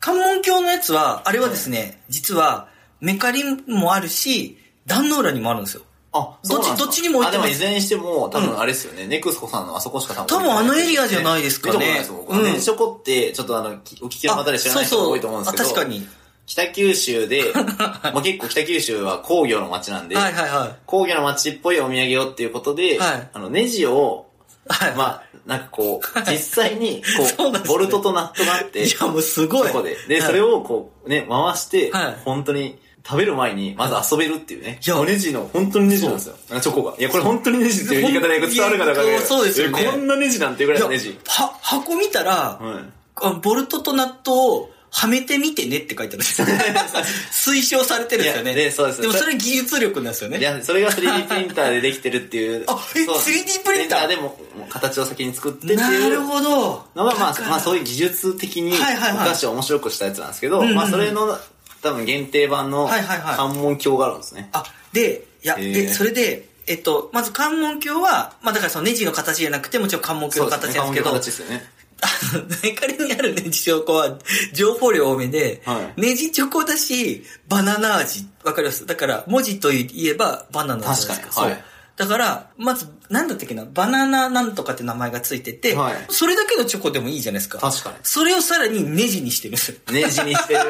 [SPEAKER 1] 関門橋のやつは、あれはですね、実は、メカリもあるし、壇ノ浦にもあるんですよ。
[SPEAKER 3] あ、
[SPEAKER 1] どっち
[SPEAKER 3] そうなんですか
[SPEAKER 1] どっちにも置いてます
[SPEAKER 3] あ、でもいずれにしても、多分あれですよね、ネクスコさんのあそこしか多分置いて
[SPEAKER 1] 多分あのエリアじゃないですかね
[SPEAKER 3] 見たことないです、僕
[SPEAKER 1] うん
[SPEAKER 3] は。ネジチョコって、ちょっとあの、きお聞きの方で知らない人が多いと思うんですけど、
[SPEAKER 1] あそうそうあ確かに。
[SPEAKER 3] 北九
[SPEAKER 1] *laughs*
[SPEAKER 3] 州で、まあ結構北九州は工業の街なんで、
[SPEAKER 1] はいはいはい。
[SPEAKER 3] 工業の街っぽいお土産をっていうことで、
[SPEAKER 1] はい
[SPEAKER 3] あの、ネジを、
[SPEAKER 1] はい
[SPEAKER 3] まあ、なんかこう、実際に、こ
[SPEAKER 1] *laughs* そう
[SPEAKER 3] う、
[SPEAKER 1] なんですね
[SPEAKER 3] ボルトとナットがあって、
[SPEAKER 1] いや、もうすごい。
[SPEAKER 3] そこで。で、
[SPEAKER 1] はい
[SPEAKER 3] それをこう、ね、回して、
[SPEAKER 1] はい
[SPEAKER 3] 本当に、食べる前に、まず遊べるっていうね。
[SPEAKER 1] いや
[SPEAKER 3] もうネジの、本当にネジなんですよ。なんかチョコが。いや、これ本当にネジっていう言い方で伝わるかどうかだけど。
[SPEAKER 1] そうですよね
[SPEAKER 3] えこんなネジなんていうぐらいの
[SPEAKER 1] い
[SPEAKER 3] ネ
[SPEAKER 1] や
[SPEAKER 3] ジ。
[SPEAKER 1] は、箱見たら、
[SPEAKER 3] うん。
[SPEAKER 1] あボルトとナットをはめてみてねって書いてあるんですよ
[SPEAKER 3] *laughs*
[SPEAKER 1] 推奨されてるんですよね。
[SPEAKER 3] いやでそうです
[SPEAKER 1] でもそれ技術力なんですよ
[SPEAKER 3] い
[SPEAKER 1] ね。
[SPEAKER 3] や、それが 3D プリンターでできてるっていう。
[SPEAKER 1] あえ
[SPEAKER 3] そう
[SPEAKER 1] 3D プリンター
[SPEAKER 3] でも、もう形を先に作ってっていう。
[SPEAKER 1] なるほど。
[SPEAKER 3] のが、ま
[SPEAKER 1] だか
[SPEAKER 3] あ、
[SPEAKER 1] ら
[SPEAKER 3] まあ、そういう技術的に、お
[SPEAKER 1] はいはいはい
[SPEAKER 3] 菓子を面白くしたやつなんですけど、
[SPEAKER 1] うんうん
[SPEAKER 3] まあ、それの、多分限定版の
[SPEAKER 1] はいはいはい
[SPEAKER 3] 関門橋があるんですね。
[SPEAKER 1] あ、で、いや、
[SPEAKER 3] へー
[SPEAKER 1] で、それで、えっと、まず関門橋は、まあだからそのネジの形じゃなくて、もちろん関門橋
[SPEAKER 3] そ
[SPEAKER 1] の
[SPEAKER 3] うです
[SPEAKER 1] 形
[SPEAKER 3] ね。
[SPEAKER 1] なんですけど、
[SPEAKER 3] 関門橋ですよね。
[SPEAKER 1] あの、メカリにあるネジチョコは、情報量多めで、
[SPEAKER 3] はい
[SPEAKER 1] ネジチョコだし、バナナ味。わかりますだから、文字といえばバナナじゃないです
[SPEAKER 3] 確かにはい
[SPEAKER 1] そうだから、まず、なんだったっけな、バナナなんとかって名前がついてて、
[SPEAKER 3] はい
[SPEAKER 1] それだけのチョコでもいいじゃないですか。
[SPEAKER 3] 確かに
[SPEAKER 1] それをさらにネジにしてるんですよ。
[SPEAKER 3] ネジにしてる。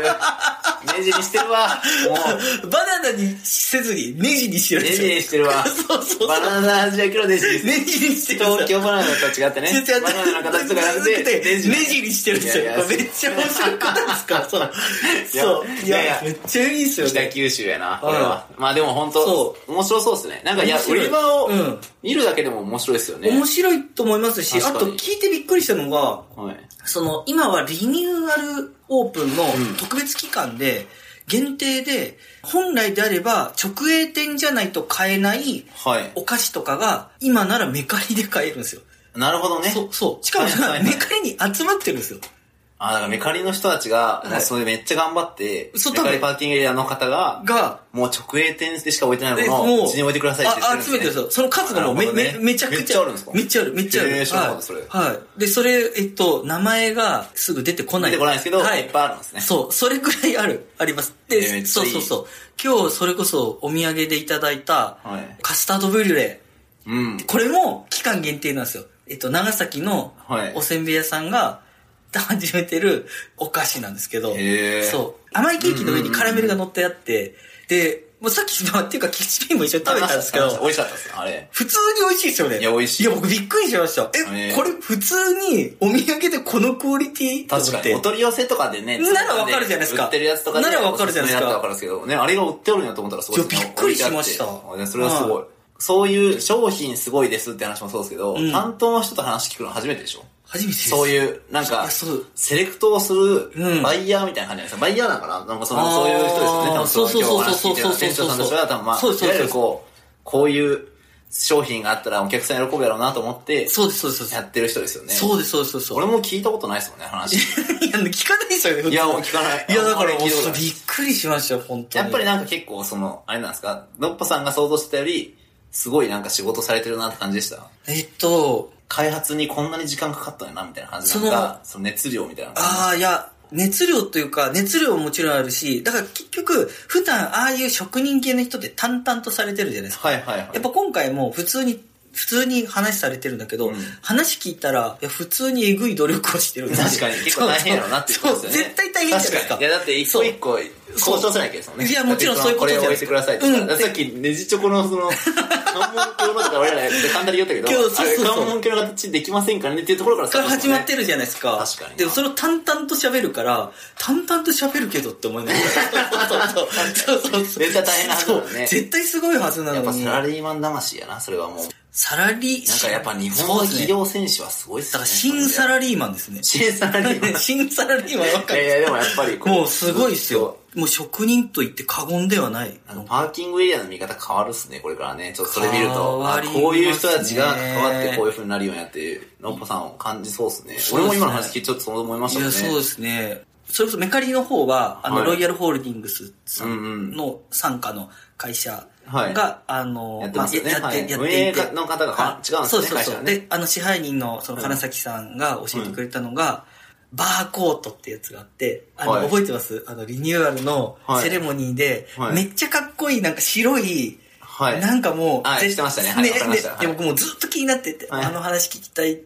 [SPEAKER 3] ネジにして
[SPEAKER 1] *laughs*
[SPEAKER 3] るわ。も
[SPEAKER 1] バナナにせずに、ネジにして
[SPEAKER 3] う、
[SPEAKER 1] るん
[SPEAKER 3] ネ
[SPEAKER 1] です
[SPEAKER 3] ジ
[SPEAKER 1] よ。
[SPEAKER 3] にしてるわ。
[SPEAKER 1] *laughs* そうそうそう
[SPEAKER 3] バナナ味だけどネジにしてる。
[SPEAKER 1] ネジにしてるんですよ
[SPEAKER 3] 東京バナナと違ってね。バナナの形とかなくて、
[SPEAKER 1] ネジにしてるんですよ。
[SPEAKER 3] いやいや
[SPEAKER 1] めっちゃ面白くないですかそう。
[SPEAKER 3] や
[SPEAKER 1] そう。い
[SPEAKER 3] いやい
[SPEAKER 1] や、
[SPEAKER 3] や
[SPEAKER 1] めっちゃいいですよね。
[SPEAKER 3] 北九州やな、これは。まあでも本当
[SPEAKER 1] そ
[SPEAKER 3] 面白そうですね。なんか、いや
[SPEAKER 1] 面、
[SPEAKER 3] 売
[SPEAKER 1] 白い
[SPEAKER 3] り場を
[SPEAKER 1] うん
[SPEAKER 3] 見るだけでも面白いですよね。
[SPEAKER 1] 面白いと思いますし、あ
[SPEAKER 3] 確か
[SPEAKER 1] と
[SPEAKER 3] に
[SPEAKER 1] 聞いてびっくりしたのが、
[SPEAKER 3] はい。
[SPEAKER 1] その、今はリニューアルオープンの特別期間で、限定で、本来であれば直営店じゃないと買えない
[SPEAKER 3] はい
[SPEAKER 1] お菓子とかが、今ならメカリで買えるんですよ。
[SPEAKER 3] なるほどね。
[SPEAKER 1] そう、そう。しかも
[SPEAKER 3] はいはいはい
[SPEAKER 1] メカリに集まってるんですよ。
[SPEAKER 3] あ、だからメカリの人たちが、
[SPEAKER 1] い
[SPEAKER 3] もうそれめっちゃ頑張って、
[SPEAKER 1] そう
[SPEAKER 3] メカリパーキングエリアの方が、
[SPEAKER 1] が、
[SPEAKER 3] もう直営店でしか置いてない
[SPEAKER 1] え
[SPEAKER 3] ものを、うちに置いてくださいって言
[SPEAKER 1] あ集
[SPEAKER 3] って
[SPEAKER 1] め
[SPEAKER 3] る
[SPEAKER 1] て
[SPEAKER 3] んで
[SPEAKER 1] る
[SPEAKER 3] す、ね。
[SPEAKER 1] その数がもうめ,、
[SPEAKER 3] なるほどね
[SPEAKER 1] めめちゃくちゃ
[SPEAKER 3] めっちゃあるんですか
[SPEAKER 1] めっちゃあるめっちゃある、
[SPEAKER 3] へー知らなかったそれ
[SPEAKER 1] はい、はい、でそれえっと名前がすぐ出てこない
[SPEAKER 3] 出てこないですけど
[SPEAKER 1] はい、
[SPEAKER 3] いっぱいあるんですね
[SPEAKER 1] そうそれくらいあるあります
[SPEAKER 3] え
[SPEAKER 1] で、
[SPEAKER 3] ーめっち
[SPEAKER 1] そ
[SPEAKER 3] ゃ
[SPEAKER 1] う
[SPEAKER 3] いい
[SPEAKER 1] そうそう今日それこそお土産でいただいた、
[SPEAKER 3] はい
[SPEAKER 1] カスタードブリュレ
[SPEAKER 3] うん。
[SPEAKER 1] これも期間限定なんですよえっと長崎の
[SPEAKER 3] はい
[SPEAKER 1] おせんべい屋さんが始めてるお菓子なんですけど、
[SPEAKER 3] へー
[SPEAKER 1] そう甘いケーキの上にカラメルが乗ってあって、でもうさっき、まあ、っていうか、キッチピンも一緒に食べたんですけど、
[SPEAKER 3] 美味しかったですね、あれ。
[SPEAKER 1] 普通に美味しいですよね。
[SPEAKER 3] いや美味しい
[SPEAKER 1] いや、僕びっくりしました。え、
[SPEAKER 3] ね
[SPEAKER 1] これ普通にお土産でこのクオリティ
[SPEAKER 3] 確かに。
[SPEAKER 1] と思って
[SPEAKER 3] お取り寄せとかでね、
[SPEAKER 1] ならわかるじゃないですか
[SPEAKER 3] 売ってるやつとか
[SPEAKER 1] ならわかるじゃないですか
[SPEAKER 3] おすすめのやつわかるんですけど、ね、あれが売っておるんやと思ったらすごいですね。
[SPEAKER 1] いやびっくりしました
[SPEAKER 3] 置いてあってあそれはすご。
[SPEAKER 1] はい
[SPEAKER 3] そういう商品すごいですって話もそうですけど、
[SPEAKER 1] ん
[SPEAKER 3] 担当の人と話聞くの初めてでしょ
[SPEAKER 1] 初めてです。
[SPEAKER 3] そういう、なん
[SPEAKER 1] い
[SPEAKER 3] か
[SPEAKER 1] やそう、
[SPEAKER 3] セレクトをする
[SPEAKER 1] うん、
[SPEAKER 3] バイヤーみたいな感じじゃないですか。バイヤーだから、なんかその、
[SPEAKER 1] あー
[SPEAKER 3] そういう人ですよね。多分
[SPEAKER 1] そうそうそうそう
[SPEAKER 3] 今日お話聞いてた店長さんたちは、多分まあ、
[SPEAKER 1] そうそうそう
[SPEAKER 3] いわゆるこう、こういう商品があったらお客さん喜ぶやろうなと思って、
[SPEAKER 1] そうです、そうです、そうです
[SPEAKER 3] やってる人ですよね。
[SPEAKER 1] そうです、そうです、そう
[SPEAKER 3] 俺
[SPEAKER 1] で
[SPEAKER 3] も聞いたことないですもんね、話。
[SPEAKER 1] す。 *laughs* いや、聞かないですよね、普通
[SPEAKER 3] いやもう聞かない
[SPEAKER 1] いや、だから
[SPEAKER 3] あ
[SPEAKER 1] も
[SPEAKER 3] んま
[SPEAKER 1] う
[SPEAKER 3] り聞いたことない
[SPEAKER 1] びっくりしましたよ、本当に。
[SPEAKER 3] やっぱりなんか結構その、あれなんですか、のっぽさんが想像してたより、すごいなんか仕事されてるなって感じでした。
[SPEAKER 1] えっと、
[SPEAKER 3] 開発にこんなに時間かかったんやな、みたいな感じな
[SPEAKER 1] そ
[SPEAKER 3] の
[SPEAKER 1] の
[SPEAKER 3] か、その熱量みたいなのが
[SPEAKER 1] ああ、いや、熱量というか、熱量ももちろんあるし、だから結局、普段ああいう職人系の人って淡々とされてるじゃないですか。
[SPEAKER 3] はいはいはい。
[SPEAKER 1] やっぱ今回も普通に、普通に話されてるんだけど、
[SPEAKER 3] うん
[SPEAKER 1] 話聞いたら、いや、普通にえぐい努力をしてるんですよ
[SPEAKER 3] 確かに、結構大変やろうなっていうことですよね。
[SPEAKER 1] そうそう絶対大変じゃないですか。
[SPEAKER 3] 確にいや、だって一個一個、
[SPEAKER 1] そう
[SPEAKER 3] 交渉せなきゃですもんね。
[SPEAKER 1] いやもちろんそういうことじゃ
[SPEAKER 3] こ
[SPEAKER 1] ないで
[SPEAKER 3] れを置い
[SPEAKER 1] す
[SPEAKER 3] て
[SPEAKER 1] か
[SPEAKER 3] くださいって言ったら。
[SPEAKER 1] うん
[SPEAKER 3] さっき、ネジチョコのその、 *laughs* 関門橋のとか俺らで簡単に言ったけど、
[SPEAKER 1] 今日そう
[SPEAKER 3] あれ
[SPEAKER 1] そうそう
[SPEAKER 3] 関門橋の形できませんからねっていうところからスタ
[SPEAKER 1] か
[SPEAKER 3] ー
[SPEAKER 1] ら
[SPEAKER 3] トで
[SPEAKER 1] 始
[SPEAKER 3] すもん
[SPEAKER 1] ま
[SPEAKER 3] ね
[SPEAKER 1] ってるじゃないですか。
[SPEAKER 3] 確かに
[SPEAKER 1] でもそれを淡々と喋るから、淡々と喋るけどって思いながら。そう *laughs* そうそうそうそうそう。
[SPEAKER 3] めっちゃ大変なはずだもんね
[SPEAKER 1] そう絶対すごいはずな
[SPEAKER 3] やっ
[SPEAKER 1] の
[SPEAKER 3] ぱ
[SPEAKER 1] に
[SPEAKER 3] サ。ラリーマン魂やな、それはもう。
[SPEAKER 1] サラリー。
[SPEAKER 3] なんかやっぱ日本
[SPEAKER 1] そ
[SPEAKER 3] の
[SPEAKER 1] うですね
[SPEAKER 3] 企業選手はすごいっす
[SPEAKER 1] だ
[SPEAKER 3] ね。
[SPEAKER 1] から新サラリーマンですね。
[SPEAKER 3] *laughs* 新サラリーマ
[SPEAKER 1] *laughs*
[SPEAKER 3] ン
[SPEAKER 1] 新サラリーマンわかる
[SPEAKER 3] いやいやでもやっぱりこう
[SPEAKER 1] もうすごいっすよ。もう職人と言って過言ではない。
[SPEAKER 3] あのパーキングエリアの見方変わるっすね、これからね。ちょっとそれ見る
[SPEAKER 1] 変
[SPEAKER 3] と、
[SPEAKER 1] わ
[SPEAKER 3] あ
[SPEAKER 1] りますね
[SPEAKER 3] こういう人たちが変わってこういう風になるようになっていう、のっぽさんを感じそうっすね。
[SPEAKER 1] そうっすね
[SPEAKER 3] 俺も今の話聞いてちょっとそう思いまし
[SPEAKER 1] い
[SPEAKER 3] たもん
[SPEAKER 1] や、
[SPEAKER 3] ね。
[SPEAKER 1] そうですね。それこそメカリの方は、あの、
[SPEAKER 3] はい
[SPEAKER 1] ロイヤルホールディングスさ
[SPEAKER 3] うんうん
[SPEAKER 1] んの傘下の会社が、
[SPEAKER 3] はい
[SPEAKER 1] あの、
[SPEAKER 3] やってますよね
[SPEAKER 1] まあやって、
[SPEAKER 3] はい
[SPEAKER 1] やっていて
[SPEAKER 3] 運営の方がか
[SPEAKER 1] はい
[SPEAKER 3] 違うんです
[SPEAKER 1] そう
[SPEAKER 3] ね
[SPEAKER 1] そう
[SPEAKER 3] 会社
[SPEAKER 1] そう。
[SPEAKER 3] はね
[SPEAKER 1] で、あの、支配人の、その、金崎さんが教えてくれたのが、バーコートってやつがあって、あの、
[SPEAKER 3] はい
[SPEAKER 1] 覚えてますあの、リニューアルの
[SPEAKER 3] はい
[SPEAKER 1] セレモニーで、
[SPEAKER 3] はい
[SPEAKER 1] めっちゃかっこいい、なんか白い、
[SPEAKER 3] はい。
[SPEAKER 1] なんかもう、
[SPEAKER 3] はい
[SPEAKER 1] ぜ
[SPEAKER 3] してましたねはいわかりました
[SPEAKER 1] で
[SPEAKER 3] はい
[SPEAKER 1] で僕もうずっと気になってて、
[SPEAKER 3] はい
[SPEAKER 1] あの話聞きたいっ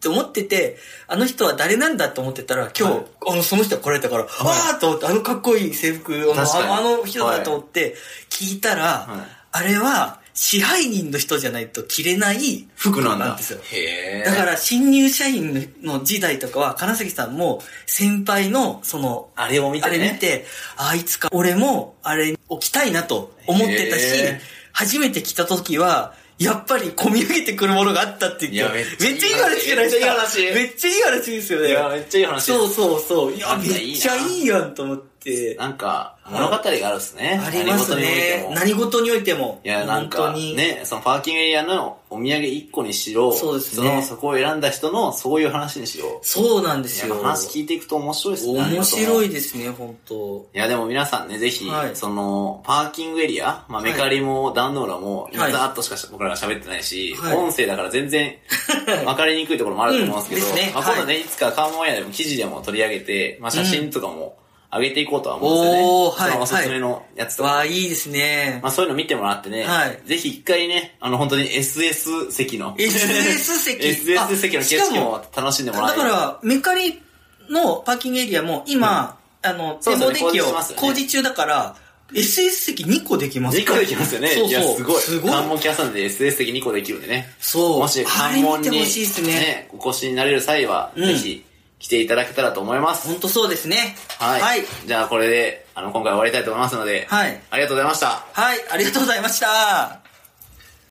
[SPEAKER 1] て思ってて、あの人は誰なんだと思ってたら、今日、
[SPEAKER 3] はい
[SPEAKER 1] あの、その人が来られたから、あーと思って、あのかっこいい制服の、
[SPEAKER 3] 確かに
[SPEAKER 1] ああの人だと思って、聞いたら、
[SPEAKER 3] い
[SPEAKER 1] あれは、支配人の人じゃないと着れない服
[SPEAKER 3] 服なん
[SPEAKER 1] な
[SPEAKER 3] だ
[SPEAKER 1] んですよ。。
[SPEAKER 3] へ、
[SPEAKER 1] だからら、新入社員の時代とかは、金崎さんも、先輩の、その、
[SPEAKER 3] あれを見て
[SPEAKER 1] あ
[SPEAKER 3] ね。
[SPEAKER 1] れ見て、あいつか、俺もあれ置きたいなと思ってたし
[SPEAKER 3] へー、
[SPEAKER 1] 初めて来た時は、やっぱり込み上げてくるものがあったって言って、
[SPEAKER 3] いや
[SPEAKER 1] め
[SPEAKER 3] め
[SPEAKER 1] っ
[SPEAKER 3] っ
[SPEAKER 1] ち
[SPEAKER 3] ち
[SPEAKER 1] ゃ
[SPEAKER 3] ゃ
[SPEAKER 1] いい話
[SPEAKER 3] いい
[SPEAKER 1] じゃないですか。
[SPEAKER 3] めっちゃいい話
[SPEAKER 1] めっちゃいい話ですよね。
[SPEAKER 3] いや、めっちゃいい話です。
[SPEAKER 1] そうそうそう。いや、
[SPEAKER 3] い
[SPEAKER 1] め
[SPEAKER 3] や
[SPEAKER 1] っちゃいいやんと思って。
[SPEAKER 3] なんか、物語があるっすね。
[SPEAKER 1] ありますね。
[SPEAKER 3] 何事
[SPEAKER 1] 何事に
[SPEAKER 3] においても
[SPEAKER 1] おいても。
[SPEAKER 3] いや、なん
[SPEAKER 1] 本
[SPEAKER 3] か、
[SPEAKER 1] 当に。
[SPEAKER 3] ね、そのパーキングエリアのお土産1個にしろ、
[SPEAKER 1] そうですね
[SPEAKER 3] の、そこを選んだ人のそういう話にしろ。
[SPEAKER 1] そうなんです
[SPEAKER 3] いや
[SPEAKER 1] よ。
[SPEAKER 3] 話聞いていくと面白いですね。
[SPEAKER 1] 面白い
[SPEAKER 3] い。
[SPEAKER 1] ですね、本当
[SPEAKER 3] いや、でも皆さんね、ぜひ、
[SPEAKER 1] はい
[SPEAKER 3] その、パーキングエリア、ま
[SPEAKER 1] は
[SPEAKER 3] あ、
[SPEAKER 1] い
[SPEAKER 3] メカリも、ダンノーラも、ざ
[SPEAKER 1] はい
[SPEAKER 3] ーっとしかし僕らが喋ってないし、
[SPEAKER 1] はい
[SPEAKER 3] 音声だから
[SPEAKER 1] *laughs*
[SPEAKER 3] 全然分かりにくいところもあると思うんですけど、
[SPEAKER 1] うんですね
[SPEAKER 3] まあ、今度
[SPEAKER 1] は
[SPEAKER 3] ね、いつかカーモンエリアでも記事でも取り上げて、まあ、写真とかも上げていこうとは思うんですよね。
[SPEAKER 1] おーはい
[SPEAKER 3] そのおすすめのやつとかも。
[SPEAKER 1] わあ、いいですね
[SPEAKER 3] ま。あそういうの見てもらってね、
[SPEAKER 1] はい
[SPEAKER 3] ぜひ一回ね、あの本当に SS 席の、
[SPEAKER 1] SS
[SPEAKER 3] *laughs*
[SPEAKER 1] 席
[SPEAKER 3] SS 席の景色も楽しんでもら
[SPEAKER 1] だ
[SPEAKER 3] え
[SPEAKER 1] か
[SPEAKER 3] る。
[SPEAKER 1] ら、メカリのパーキングエリアも今、あの、
[SPEAKER 3] そう
[SPEAKER 1] 展
[SPEAKER 3] そ
[SPEAKER 1] 望
[SPEAKER 3] う
[SPEAKER 1] デッキを
[SPEAKER 3] 工事してますよね
[SPEAKER 1] 工事中だから、SS 席2個できます
[SPEAKER 3] 2個できますよね。
[SPEAKER 1] そうそう
[SPEAKER 3] いや、すごい。
[SPEAKER 1] すごい
[SPEAKER 3] 関門キャスターで SS 席2個できるんでね。
[SPEAKER 1] そう。
[SPEAKER 3] もし
[SPEAKER 1] あ
[SPEAKER 3] 関
[SPEAKER 1] れ
[SPEAKER 3] 門
[SPEAKER 1] 見
[SPEAKER 3] に、
[SPEAKER 1] てほしいですね。
[SPEAKER 3] お越しになれる際は、
[SPEAKER 1] うん
[SPEAKER 3] ぜひ来ていただけたらと思います。
[SPEAKER 1] ほんとそうですね。
[SPEAKER 3] はい。
[SPEAKER 1] はい。
[SPEAKER 3] じゃあこれで、あの、今回終わりたいと思いますので、
[SPEAKER 1] はい
[SPEAKER 3] ありがとうございました。
[SPEAKER 1] はい、ありがとうございました。